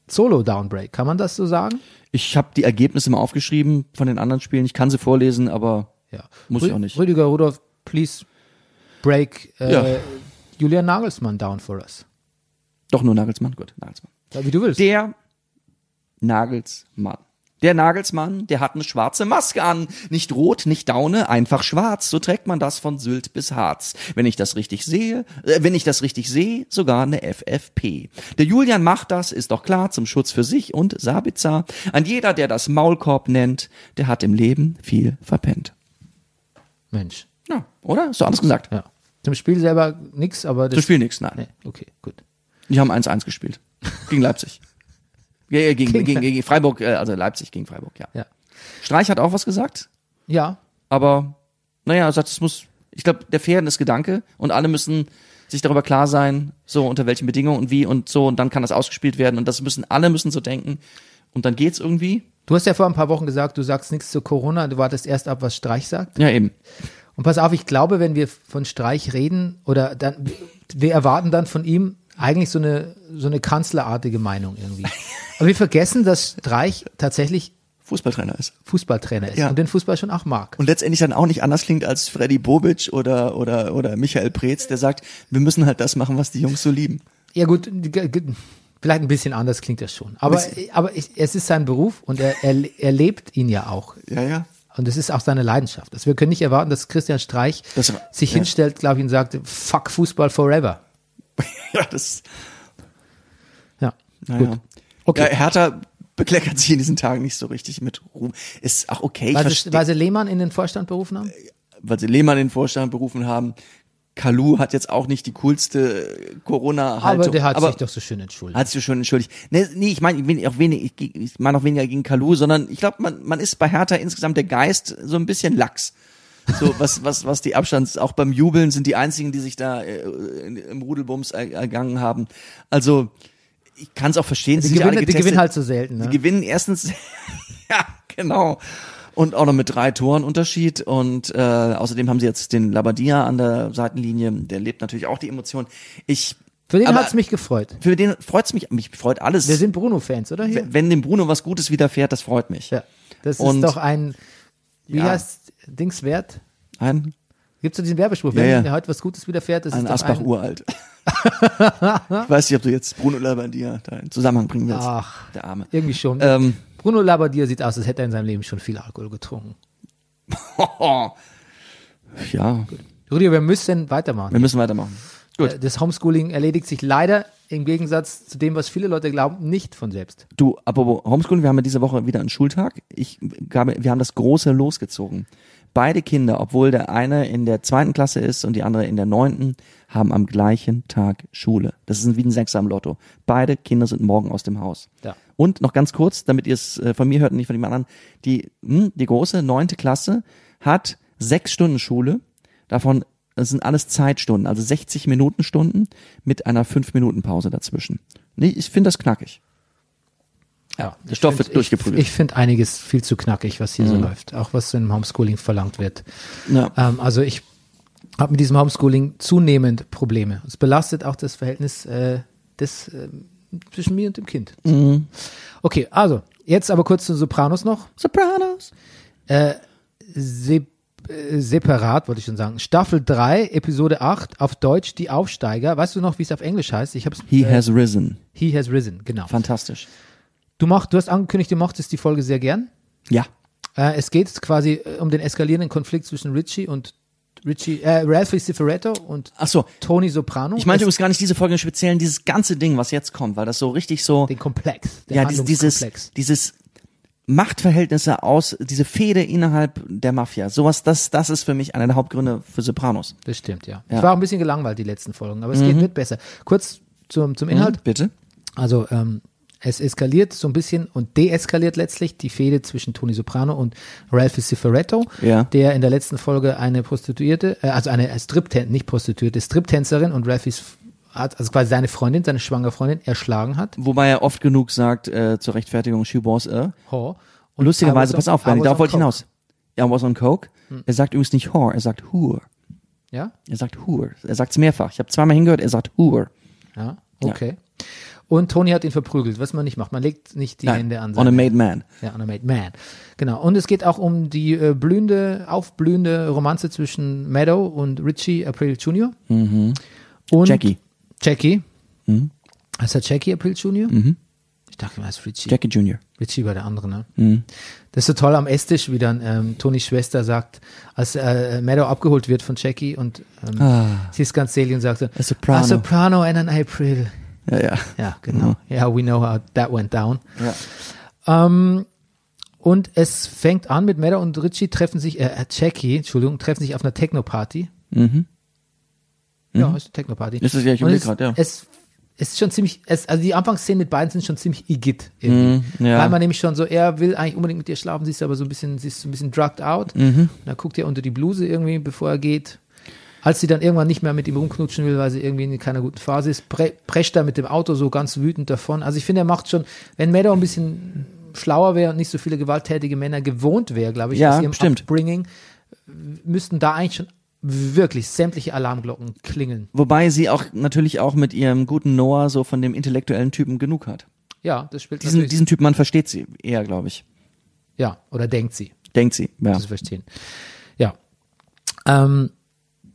[SPEAKER 1] Solo Downbreak. Kann man das so sagen?
[SPEAKER 2] Ich habe die Ergebnisse mal aufgeschrieben von den anderen Spielen. Ich kann sie vorlesen, aber
[SPEAKER 1] Ja.
[SPEAKER 2] Muss ich auch nicht.
[SPEAKER 1] Rüdiger Rudolph, please break äh,
[SPEAKER 2] Ja.
[SPEAKER 1] Julian Nagelsmann down for us.
[SPEAKER 2] doch nur Nagelsmann. Gut, Nagelsmann.
[SPEAKER 1] Ja, Wie du willst.
[SPEAKER 2] Der Nagelsmann. Der Nagelsmann, der hat eine schwarze Maske an. Nicht rot, nicht Daune, einfach schwarz. So trägt man das von Sylt bis Harz. Wenn ich das richtig sehe, äh, wenn ich das richtig sehe, sogar eine FFP. Der Julian macht das, ist doch klar, zum Schutz für sich und Sabitzer. An jeder, der das Maulkorb nennt, der hat im Leben viel verpennt.
[SPEAKER 1] Mensch.
[SPEAKER 2] Ja, oder? Hast du alles gesagt?
[SPEAKER 1] Ja. Zum Spiel selber nix, aber das
[SPEAKER 2] Zum Spiel nichts, nein.
[SPEAKER 1] Nee, okay, gut.
[SPEAKER 5] Die haben 1-1 gespielt. Gegen Leipzig. Ja, ja, gegen, gegen, gegen, gegen Freiburg, äh, also Leipzig gegen Freiburg, ja.
[SPEAKER 1] Ja.
[SPEAKER 5] Streich hat auch was gesagt,
[SPEAKER 1] Ja.
[SPEAKER 5] aber naja, er sagt, es muss, ich glaube, der Ferien ist Gedanke und alle müssen sich darüber klar sein, so unter welchen Bedingungen und wie und so und dann kann das ausgespielt werden und das müssen alle müssen so denken und dann geht's irgendwie.
[SPEAKER 1] Du hast ja vor ein paar Wochen gesagt, du sagst nichts zu Corona, du wartest erst ab, was Streich sagt.
[SPEAKER 5] Ja, eben.
[SPEAKER 1] Und pass auf, ich glaube, wenn wir von Streich reden oder dann, wir erwarten dann von ihm eigentlich so eine, so eine kanzlerartige Meinung irgendwie. Aber wir vergessen, dass Streich tatsächlich
[SPEAKER 2] Fußballtrainer ist.
[SPEAKER 1] Fußballtrainer ist
[SPEAKER 2] Ja.
[SPEAKER 1] und den Fußball schon auch mag.
[SPEAKER 2] Und letztendlich dann auch nicht anders klingt als Freddy Bobic oder, oder, oder Michael Preetz, der sagt, wir müssen halt das machen, was die Jungs so lieben.
[SPEAKER 1] Ja gut, g- g- vielleicht ein bisschen anders klingt das schon. Aber, aber ich, es ist sein Beruf und er, er, er lebt ihn ja auch.
[SPEAKER 2] Ja, ja.
[SPEAKER 1] Und es ist auch seine Leidenschaft. Also wir können nicht erwarten, dass Christian Streich
[SPEAKER 2] Das-
[SPEAKER 1] sich
[SPEAKER 2] ja.
[SPEAKER 1] hinstellt, glaube ich, und sagt, fuck Fußball forever.
[SPEAKER 2] Ja, das,
[SPEAKER 1] Ja,
[SPEAKER 2] naja.
[SPEAKER 1] Okay.
[SPEAKER 2] Ja, Hertha bekleckert sich in diesen Tagen nicht so richtig mit Ruhm. Ist auch okay. ich Halt
[SPEAKER 1] weil,
[SPEAKER 2] versteh-
[SPEAKER 1] sie, weil sie Lehmann in den Vorstand berufen haben?
[SPEAKER 2] weil sie Lehmann in den Vorstand berufen haben. Kalu hat jetzt auch nicht die coolste äh, Corona-Haltung.
[SPEAKER 1] Aber der hat sich doch so schön entschuldigt.
[SPEAKER 2] Hat sich schon entschuldigt. Nee, nee ich meine ich bin auch wenig, ich, ge- ich meine auch weniger gegen Kalu, sondern ich glaube, man, man ist bei Hertha insgesamt der Geist so ein bisschen lax. So, was, was, was die Abstands, auch beim Jubeln sind die einzigen, die sich da äh, in- im Rudelbums er, ergangen haben. Also, ich kann es auch verstehen.
[SPEAKER 1] Die
[SPEAKER 2] sind ja
[SPEAKER 1] gewinnen-
[SPEAKER 2] alle
[SPEAKER 1] die
[SPEAKER 2] getestet.
[SPEAKER 1] gewinnen halt so selten, ne?
[SPEAKER 2] Die gewinnen erstens, ja, genau. Und auch noch mit drei Toren Unterschied. Und äh, außerdem haben sie jetzt den Labadia an der Seitenlinie. Der lebt natürlich auch die Emotionen. Ich,
[SPEAKER 1] Für den
[SPEAKER 2] aber-
[SPEAKER 1] hat's mich gefreut.
[SPEAKER 2] für den freut's mich, mich freut alles.
[SPEAKER 1] Wir sind Bruno-Fans, oder? Hier?
[SPEAKER 2] W- wenn dem Bruno was Gutes widerfährt, das freut mich.
[SPEAKER 1] Ja. Das ist
[SPEAKER 2] Und-
[SPEAKER 1] doch ein, wie
[SPEAKER 2] Ja.
[SPEAKER 1] heißt Dingswert?
[SPEAKER 2] Ein,
[SPEAKER 1] Gibt es diesen Werbespruch?
[SPEAKER 2] Ja,
[SPEAKER 1] Wenn
[SPEAKER 2] ja.
[SPEAKER 1] mir heute was Gutes widerfährt, das
[SPEAKER 2] ein
[SPEAKER 1] ist doch
[SPEAKER 2] Asbach
[SPEAKER 1] ein,
[SPEAKER 2] uralt. ich weiß nicht, ob du jetzt Bruno Labbadia da in Zusammenhang bringen willst.
[SPEAKER 1] Ach.
[SPEAKER 2] Der Arme.
[SPEAKER 1] Irgendwie schon.
[SPEAKER 2] Ähm,
[SPEAKER 1] Bruno Labbadia sieht aus, als hätte er in seinem Leben schon viel Alkohol getrunken.
[SPEAKER 2] ja,
[SPEAKER 1] Rüdiger, wir müssen weitermachen.
[SPEAKER 2] wir müssen weitermachen.
[SPEAKER 1] Äh, Das Homeschooling erledigt sich leider im Gegensatz zu dem, was viele Leute glauben, nicht von selbst.
[SPEAKER 2] Du, apropos Homeschooling, wir haben ja diese Woche wieder einen Schultag. Ich, glaube, wir haben das große losgezogen. Beide Kinder, obwohl der eine in der zweiten Klasse ist und die andere in der neunten, haben am gleichen Tag Schule. Das ist wie ein Sechser am Lotto. Beide Kinder sind morgen aus dem Haus.
[SPEAKER 1] Ja.
[SPEAKER 2] Und noch ganz kurz, damit ihr es äh, von mir hört und nicht von dem anderen, die, hm, die große neunte Klasse hat sechs Stunden Schule, davon das sind alles Zeitstunden, also 60 Minuten Stunden mit einer 5-Minuten-Pause dazwischen. Nee, ich finde das knackig.
[SPEAKER 1] Ja, der
[SPEAKER 2] Stoff wird durchgeprügelt. Mhm.
[SPEAKER 1] Ich, ich finde einiges viel zu knackig, was hier so läuft. Auch was im Homeschooling verlangt wird.
[SPEAKER 2] Ja.
[SPEAKER 1] Ähm, also ich habe mit diesem Homeschooling zunehmend Probleme. Es belastet auch das Verhältnis äh, des, äh, zwischen mir und dem Kind.
[SPEAKER 2] Mhm.
[SPEAKER 1] Okay, also jetzt aber kurz zu Sopranos noch.
[SPEAKER 2] Sopranos.
[SPEAKER 1] se äh, separat, wollte ich schon sagen. Staffel 3, Episode 8, auf Deutsch Die Aufsteiger. Weißt du noch, wie es auf Englisch heißt? Ich hab's,
[SPEAKER 2] He
[SPEAKER 1] äh,
[SPEAKER 2] has risen.
[SPEAKER 1] He has risen, genau.
[SPEAKER 2] Fantastisch.
[SPEAKER 1] Du, mach, du hast angekündigt, du mochtest die Folge sehr gern.
[SPEAKER 2] Ja.
[SPEAKER 1] Äh, es geht quasi äh, um den eskalierenden Konflikt zwischen Richie und Richie, äh, Ralphie Cifaretto und
[SPEAKER 2] Ach so.
[SPEAKER 1] Tony Soprano.
[SPEAKER 2] Ich meinte
[SPEAKER 1] Es-
[SPEAKER 2] übrigens gar nicht diese Folge im Speziellen, dieses ganze Ding, was jetzt kommt, weil das so richtig so,
[SPEAKER 1] um den Komplex. Den
[SPEAKER 2] ja, dies- dieses,
[SPEAKER 1] Handlungskomplex.
[SPEAKER 2] dieses Machtverhältnisse aus, diese Fehde innerhalb der Mafia, sowas, das, das ist für mich einer der Hauptgründe für Sopranos. Mhm.
[SPEAKER 1] Das stimmt, ja.
[SPEAKER 2] Ja. Mhm.
[SPEAKER 1] Ich war auch ein bisschen gelangweilt die letzten Folgen, aber es geht wird besser. Kurz zum, zum Inhalt.
[SPEAKER 2] Bitte?
[SPEAKER 1] Also ähm, es eskaliert so ein bisschen und deeskaliert letztlich die Fehde zwischen Tony Soprano und Ralphie Cifaretto,
[SPEAKER 2] Ja.
[SPEAKER 1] der in der letzten Folge eine Prostituierte, äh, also eine Striptänzerin, nicht Prostituierte, Striptänzerin und Ralphie hat, also quasi seine Freundin, seine schwangere Freundin, erschlagen hat.
[SPEAKER 2] Wobei er oft genug sagt, äh, zur Rechtfertigung, she was a.
[SPEAKER 1] Ho.
[SPEAKER 2] Und Oh. lustigerweise,
[SPEAKER 1] I was
[SPEAKER 2] pass
[SPEAKER 1] on-
[SPEAKER 2] auf,
[SPEAKER 1] I
[SPEAKER 2] Bernie,
[SPEAKER 1] was
[SPEAKER 2] darauf
[SPEAKER 1] on
[SPEAKER 2] wollte
[SPEAKER 1] coke.
[SPEAKER 2] ich
[SPEAKER 1] Hm.
[SPEAKER 2] hinaus. Er was on coke. Er sagt übrigens nicht whore, er sagt whore.
[SPEAKER 1] Ja,
[SPEAKER 2] Er sagt whore. Er sagt es mehrfach. Ich habe zweimal hingehört, er sagt whore.
[SPEAKER 1] ja,
[SPEAKER 2] Ja.
[SPEAKER 1] okay. Und Tony hat ihn verprügelt, was man nicht macht. Man legt nicht die
[SPEAKER 2] Nein,
[SPEAKER 1] Hände an
[SPEAKER 2] On a
[SPEAKER 1] seine-
[SPEAKER 2] made man.
[SPEAKER 1] Ja, on a made man. Genau. Und es geht auch um die äh, blühende, aufblühende Romanze zwischen Meadow und Richie April Jr. Und
[SPEAKER 2] Mhm. Jackie. Mhm.
[SPEAKER 1] Jackie. Heißt er Jackie April Jr.? Ich dachte immer, es ist Richie.
[SPEAKER 2] Jackie Jr.
[SPEAKER 1] Richie war der andere, ne?
[SPEAKER 2] Mhm.
[SPEAKER 1] Das ist so toll am Esstisch, wie dann ähm, Tonys Schwester sagt, als äh, Meadow abgeholt wird von Jackie und ähm, sie ist ganz selig und sagt so,
[SPEAKER 2] Ah. A soprano. Mhm.
[SPEAKER 1] A soprano and an April.
[SPEAKER 2] Ja, ja.
[SPEAKER 1] Ja, genau. Ja, we know how that went down.
[SPEAKER 2] Ja.
[SPEAKER 1] Ähm, und es fängt an mit Meda und Richie treffen sich, äh, äh, Jackie, Entschuldigung, treffen sich auf einer Techno-Party. Mhm. Ja, ist eine Techno-Party.
[SPEAKER 2] Ist das ja, ich
[SPEAKER 1] Und
[SPEAKER 2] überleg
[SPEAKER 1] es-
[SPEAKER 2] grad, ja.
[SPEAKER 1] Es es ist schon ziemlich, es, also die Anfangsszenen mit beiden sind schon ziemlich igitt.
[SPEAKER 2] Mhm.
[SPEAKER 1] irgendwie.
[SPEAKER 2] ja.
[SPEAKER 1] Weil man nämlich schon so, er will eigentlich unbedingt mit dir schlafen, siehst du aber so ein bisschen, siehst du ein bisschen drugged out. Und
[SPEAKER 2] Mhm.
[SPEAKER 1] dann guckt er unter die Bluse irgendwie, bevor er geht. Als sie dann irgendwann nicht mehr mit ihm rumknutschen will, weil sie irgendwie in keiner guten Phase ist, pre prescht er mit dem Auto so ganz wütend davon. Also ich finde, er macht schon, wenn Meadow ein bisschen schlauer wäre und nicht so viele gewalttätige Männer gewohnt wäre, glaube ich,
[SPEAKER 2] Ja,
[SPEAKER 1] aus ihrem
[SPEAKER 2] stimmt.
[SPEAKER 1] Upbringing, müssten da eigentlich schon wirklich sämtliche Alarmglocken klingeln.
[SPEAKER 2] Wobei sie auch natürlich auch mit ihrem guten Noah so von dem intellektuellen Typen genug hat.
[SPEAKER 1] Ja, das spielt
[SPEAKER 2] Diesen,
[SPEAKER 1] natürlich.
[SPEAKER 2] diesen Typ, man versteht sie eher, glaube ich.
[SPEAKER 1] ja, oder denkt sie.
[SPEAKER 2] Denkt sie, ja.
[SPEAKER 1] zu verstehen. Ja. Ähm,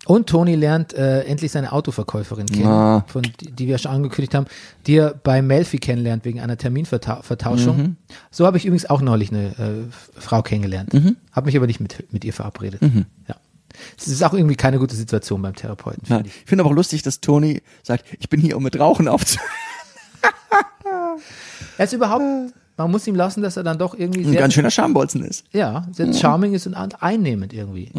[SPEAKER 1] und Tony lernt äh, endlich seine Autoverkäuferin kennen,
[SPEAKER 2] Ah.
[SPEAKER 1] von, die, die wir schon angekündigt haben, die er bei Melfi kennenlernt wegen einer Terminvertauschung.
[SPEAKER 2] Mhm.
[SPEAKER 1] So habe ich übrigens auch neulich eine äh, Frau kennengelernt.
[SPEAKER 2] Mhm.
[SPEAKER 1] Habe mich aber nicht mit, mit ihr verabredet. Ja. Es ist auch irgendwie keine gute Situation beim Therapeuten.
[SPEAKER 2] Nein.
[SPEAKER 1] finde ich.
[SPEAKER 2] Ich finde aber auch lustig, dass Tony sagt, ich bin hier, um mit Rauchen aufzuhören.
[SPEAKER 1] Er ist überhaupt, man muss ihm lassen, dass er dann doch irgendwie
[SPEAKER 2] Ein
[SPEAKER 1] sehr,
[SPEAKER 2] ganz schöner Schambolzen ist.
[SPEAKER 1] ja, sehr charming ist und ein- einnehmend irgendwie.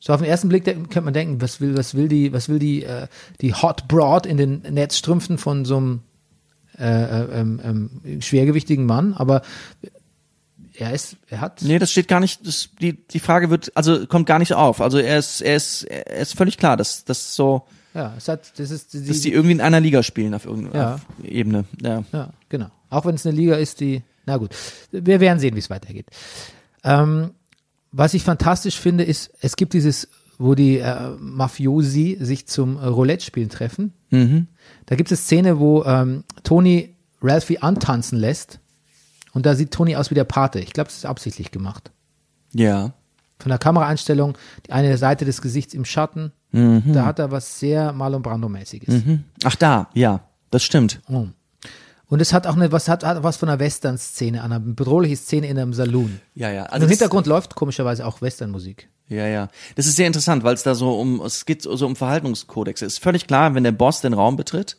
[SPEAKER 1] So auf den ersten Blick denk- könnte man denken, was will, was will die, was will die, äh, die Hot Broad in den Netzstrümpfen von so einem äh, äh, ähm, ähm, schwergewichtigen Mann, aber er ist, er hat,
[SPEAKER 2] Nee, das steht gar nicht, das, die, die Frage wird, also kommt gar nicht auf. Also er ist, er ist, er ist völlig klar, dass, dass so,
[SPEAKER 1] ja, es hat, das ist die,
[SPEAKER 2] dass die irgendwie in einer Liga spielen auf irgendeiner
[SPEAKER 1] Ja.
[SPEAKER 2] auf Ebene. Ja.
[SPEAKER 1] ja, genau. Auch wenn es eine Liga ist, die, na gut, wir werden sehen, wie es weitergeht. Ähm, was ich fantastisch finde, ist, es gibt dieses, wo die äh, Mafiosi sich zum äh, Roulette-Spielen treffen. Da gibt es eine Szene, wo ähm, Tony Ralphie antanzen lässt. Und da sieht Tony aus wie der Pate. Ich glaube, das ist absichtlich gemacht.
[SPEAKER 2] Ja.
[SPEAKER 1] Von der Kameraeinstellung, die eine Seite des Gesichts im Schatten. Da hat er was sehr Marlon Brando-mäßiges.
[SPEAKER 2] Ach da, ja. Das stimmt.
[SPEAKER 1] Oh. Und es hat auch eine, was hat, hat auch was von einer Western-Szene, an, eine bedrohliche Szene in einem Saloon.
[SPEAKER 2] Ja, ja.
[SPEAKER 1] Also
[SPEAKER 2] Also
[SPEAKER 1] Im
[SPEAKER 2] das-
[SPEAKER 1] Hintergrund läuft komischerweise auch Western-Musik.
[SPEAKER 2] Ja, ja. Das ist sehr interessant, weil es da so um, es geht so um Verhaltenskodex. Es ist völlig klar, wenn der Boss den Raum betritt,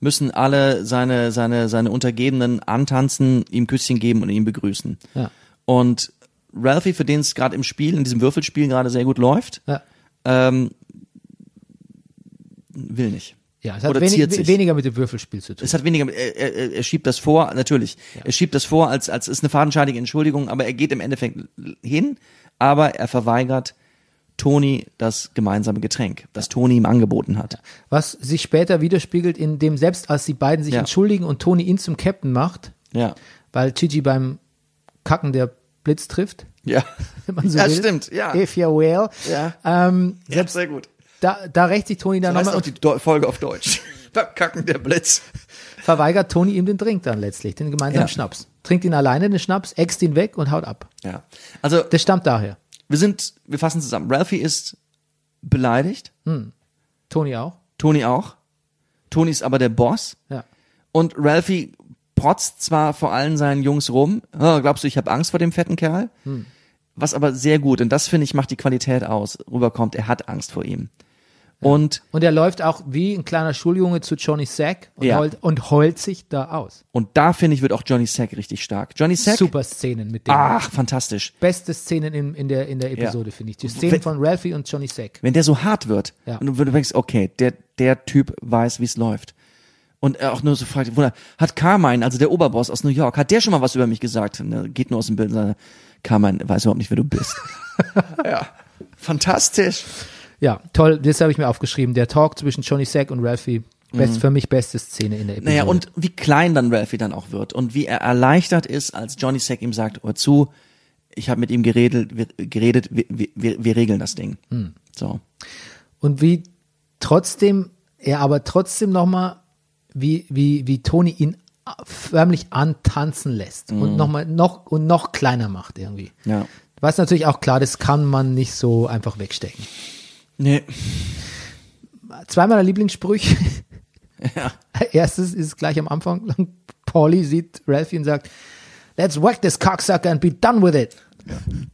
[SPEAKER 2] müssen alle seine, seine, seine Untergebenen antanzen, ihm Küsschen geben und ihn begrüßen.
[SPEAKER 1] Ja.
[SPEAKER 2] Und Ralphie, für den es gerade im Spiel, in diesem Würfelspiel gerade sehr gut läuft,
[SPEAKER 1] Ja,
[SPEAKER 2] ähm, will nicht.
[SPEAKER 1] ja es hat
[SPEAKER 2] Oder
[SPEAKER 1] wenig,
[SPEAKER 2] ziert
[SPEAKER 1] we-
[SPEAKER 2] sich.
[SPEAKER 1] weniger mit dem Würfelspiel zu tun.
[SPEAKER 2] Es hat weniger, er, er- er, er schiebt das vor, natürlich. Er schiebt das vor, als, als ist eine fadenscheidige Entschuldigung, aber er geht im Endeffekt hin, aber er verweigert Toni das gemeinsame Getränk, das Toni ihm angeboten hat.
[SPEAKER 1] Was sich später widerspiegelt in dem, selbst als die beiden sich
[SPEAKER 2] Ja.
[SPEAKER 1] entschuldigen und Tony ihn zum Captain macht,
[SPEAKER 2] Ja.
[SPEAKER 1] weil Gigi beim Kacken der Blitz trifft,
[SPEAKER 2] Ja.
[SPEAKER 1] wenn man so
[SPEAKER 2] ja,
[SPEAKER 1] will.
[SPEAKER 2] stimmt, ja.
[SPEAKER 1] If you will.
[SPEAKER 2] Ja.
[SPEAKER 1] Ähm,
[SPEAKER 2] ja sehr gut.
[SPEAKER 1] da, da rächt sich Toni dann
[SPEAKER 2] Das heißt
[SPEAKER 1] nochmal
[SPEAKER 2] auch
[SPEAKER 1] und
[SPEAKER 2] die Do Folge auf Deutsch. Beim Kacken der Blitz.
[SPEAKER 1] verweigert Toni ihm den Drink dann letztlich, den gemeinsamen
[SPEAKER 2] Ja.
[SPEAKER 1] Schnaps. Trinkt ihn alleine den Schnaps, äxt ihn weg und haut ab.
[SPEAKER 2] Ja. Also,
[SPEAKER 1] Das stammt daher.
[SPEAKER 2] wir sind, wir fassen zusammen. Ralphie ist beleidigt,
[SPEAKER 1] Hm. Toni auch.
[SPEAKER 2] Toni auch. Toni ist aber der Boss.
[SPEAKER 1] Ja.
[SPEAKER 2] Und Ralphie protzt zwar vor allen seinen Jungs rum, "Ah, glaubst du, ich habe Angst vor dem fetten Kerl? Was aber sehr gut, und das finde ich, macht die Qualität aus, rüberkommt, er hat Angst vor ihm. Und,
[SPEAKER 1] Und er läuft auch wie ein kleiner Schuljunge zu Johnny Sack und,
[SPEAKER 2] Ja.
[SPEAKER 1] heult, und heult sich da aus.
[SPEAKER 2] und da finde ich, wird auch Johnny Sack richtig stark. Johnny Sack, Ah.
[SPEAKER 1] Super Szenen mit dem.
[SPEAKER 2] ach, fantastisch.
[SPEAKER 1] Beste Szenen in, in, der, in der Episode, finde ich. Die Szenen
[SPEAKER 2] Wenn-
[SPEAKER 1] von Ralphie und Johnny Sack.
[SPEAKER 2] Wenn der so hart wird,
[SPEAKER 1] Ja.
[SPEAKER 2] und du denkst, okay, der, der Typ weiß, wie es läuft. Und er auch nur so fragt, Wunder, hat Carmine, also der Oberboss aus New York, hat der schon mal was über mich gesagt? Ne, geht nur aus dem Bild, sagt, Carmine weiß überhaupt nicht, wer du bist. ja, fantastisch.
[SPEAKER 1] Ja, toll. Das habe ich mir aufgeschrieben. Der Talk zwischen Johnny Sack und Ralphie. Best, Für mich beste Szene in der Episode.
[SPEAKER 2] Mhm. Naja, und wie klein dann Ralphie dann auch wird und wie er erleichtert ist, als Johnny Sack ihm sagt, hör zu, ich habe mit ihm geredet, wir, geredet wir, wir- wir, wir regeln das Ding. So.
[SPEAKER 1] Und wie trotzdem, er aber trotzdem nochmal, wie, wie, wie Tony ihn a- förmlich antanzen lässt und nochmal noch und noch kleiner macht irgendwie.
[SPEAKER 2] Mhm. Ja.
[SPEAKER 1] Was natürlich auch klar, das kann man nicht so einfach wegstecken.
[SPEAKER 2] Nee.
[SPEAKER 1] Zwei meiner Lieblingssprüche.
[SPEAKER 2] Ja.
[SPEAKER 1] Erstes ist gleich am Anfang, Pauli sieht Ralphie und sagt, Let's whack this cocksucker and be done with it.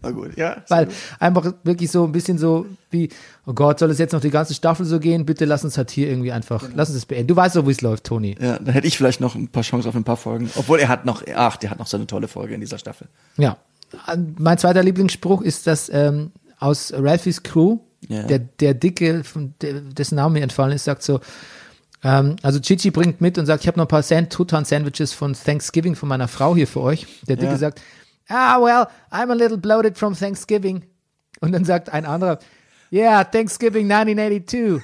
[SPEAKER 2] Na gut, ja.
[SPEAKER 1] Weil einfach wirklich so ein bisschen so wie, oh Gott, soll es jetzt noch die ganze Staffel so gehen? Bitte lass uns halt hier irgendwie einfach, lass uns das beenden. Du weißt doch, wie es läuft, Toni.
[SPEAKER 2] Ja, dann hätte ich vielleicht noch ein paar Chancen auf ein paar Folgen. Obwohl er hat noch, ach, der hat noch so eine tolle Folge in dieser Staffel.
[SPEAKER 1] Ja. Mein zweiter Lieblingsspruch ist, dass ähm, aus Ralphies Crew,
[SPEAKER 2] Ja.
[SPEAKER 1] der, der Dicke, von der, dessen Name mir entfallen ist, sagt so, Ähm, also Chichi bringt mit und sagt, ich habe noch ein paar Sand Tutan Sandwiches von Thanksgiving von meiner Frau hier für euch. Der Dicke sagt, ah well, I'm a little bloated from Thanksgiving. Und dann sagt ein anderer, yeah, Thanksgiving 1982.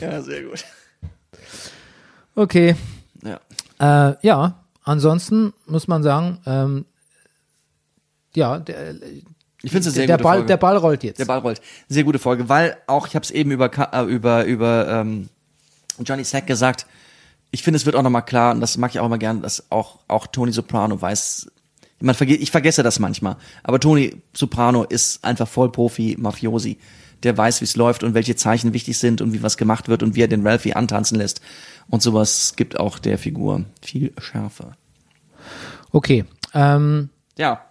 [SPEAKER 2] Ja, sehr gut.
[SPEAKER 1] Okay.
[SPEAKER 2] Ja.
[SPEAKER 1] Äh, ja, ansonsten muss man sagen, ähm, ja, der,
[SPEAKER 2] Ich finde es eine sehr
[SPEAKER 1] der,
[SPEAKER 2] gute
[SPEAKER 1] Ball,
[SPEAKER 2] Folge.
[SPEAKER 1] der Ball rollt jetzt.
[SPEAKER 2] Der Ball rollt. Sehr gute Folge, weil auch, ich habe es eben über, Ka- äh, über, über ähm, Johnny Sack gesagt, ich finde, es wird auch nochmal klar, und das mag ich auch immer gern, dass auch, auch Tony Soprano weiß, man verge ich vergesse das manchmal, aber Tony Soprano ist einfach voll Profi, Mafiosi, der weiß, wie es läuft und welche Zeichen wichtig sind und wie was gemacht wird und wie er den Ralphie antanzen lässt und sowas gibt auch der Figur viel Schärfe.
[SPEAKER 1] Okay, ähm,
[SPEAKER 2] Ja,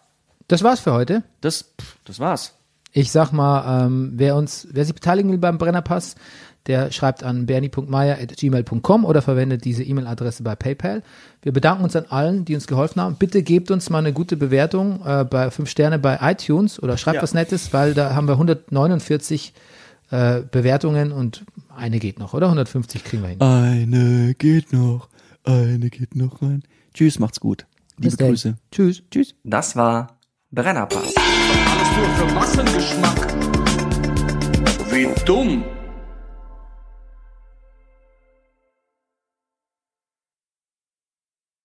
[SPEAKER 1] das war's für heute.
[SPEAKER 2] das, pff, das war's.
[SPEAKER 1] Ich sag mal, ähm, wer uns, wer sich beteiligen will beim Brennerpass, der schreibt an bernie.meier.gmail.com oder verwendet diese E-Mail-Adresse bei PayPal. Wir bedanken uns an allen, die uns geholfen haben. Bitte gebt uns mal eine gute Bewertung äh, bei 5 Sterne bei iTunes oder schreibt was Nettes, weil da haben wir 149 äh, Bewertungen und eine geht noch, oder? 150 kriegen wir hin.
[SPEAKER 2] Eine geht noch, eine geht noch rein. Tschüss, macht's gut. Liebe
[SPEAKER 1] dann.
[SPEAKER 2] Grüße.
[SPEAKER 1] Tschüss.
[SPEAKER 2] Tschüss.
[SPEAKER 3] Das war Brennerpass.
[SPEAKER 6] Alles nur für Massengeschmack. Wie dumm.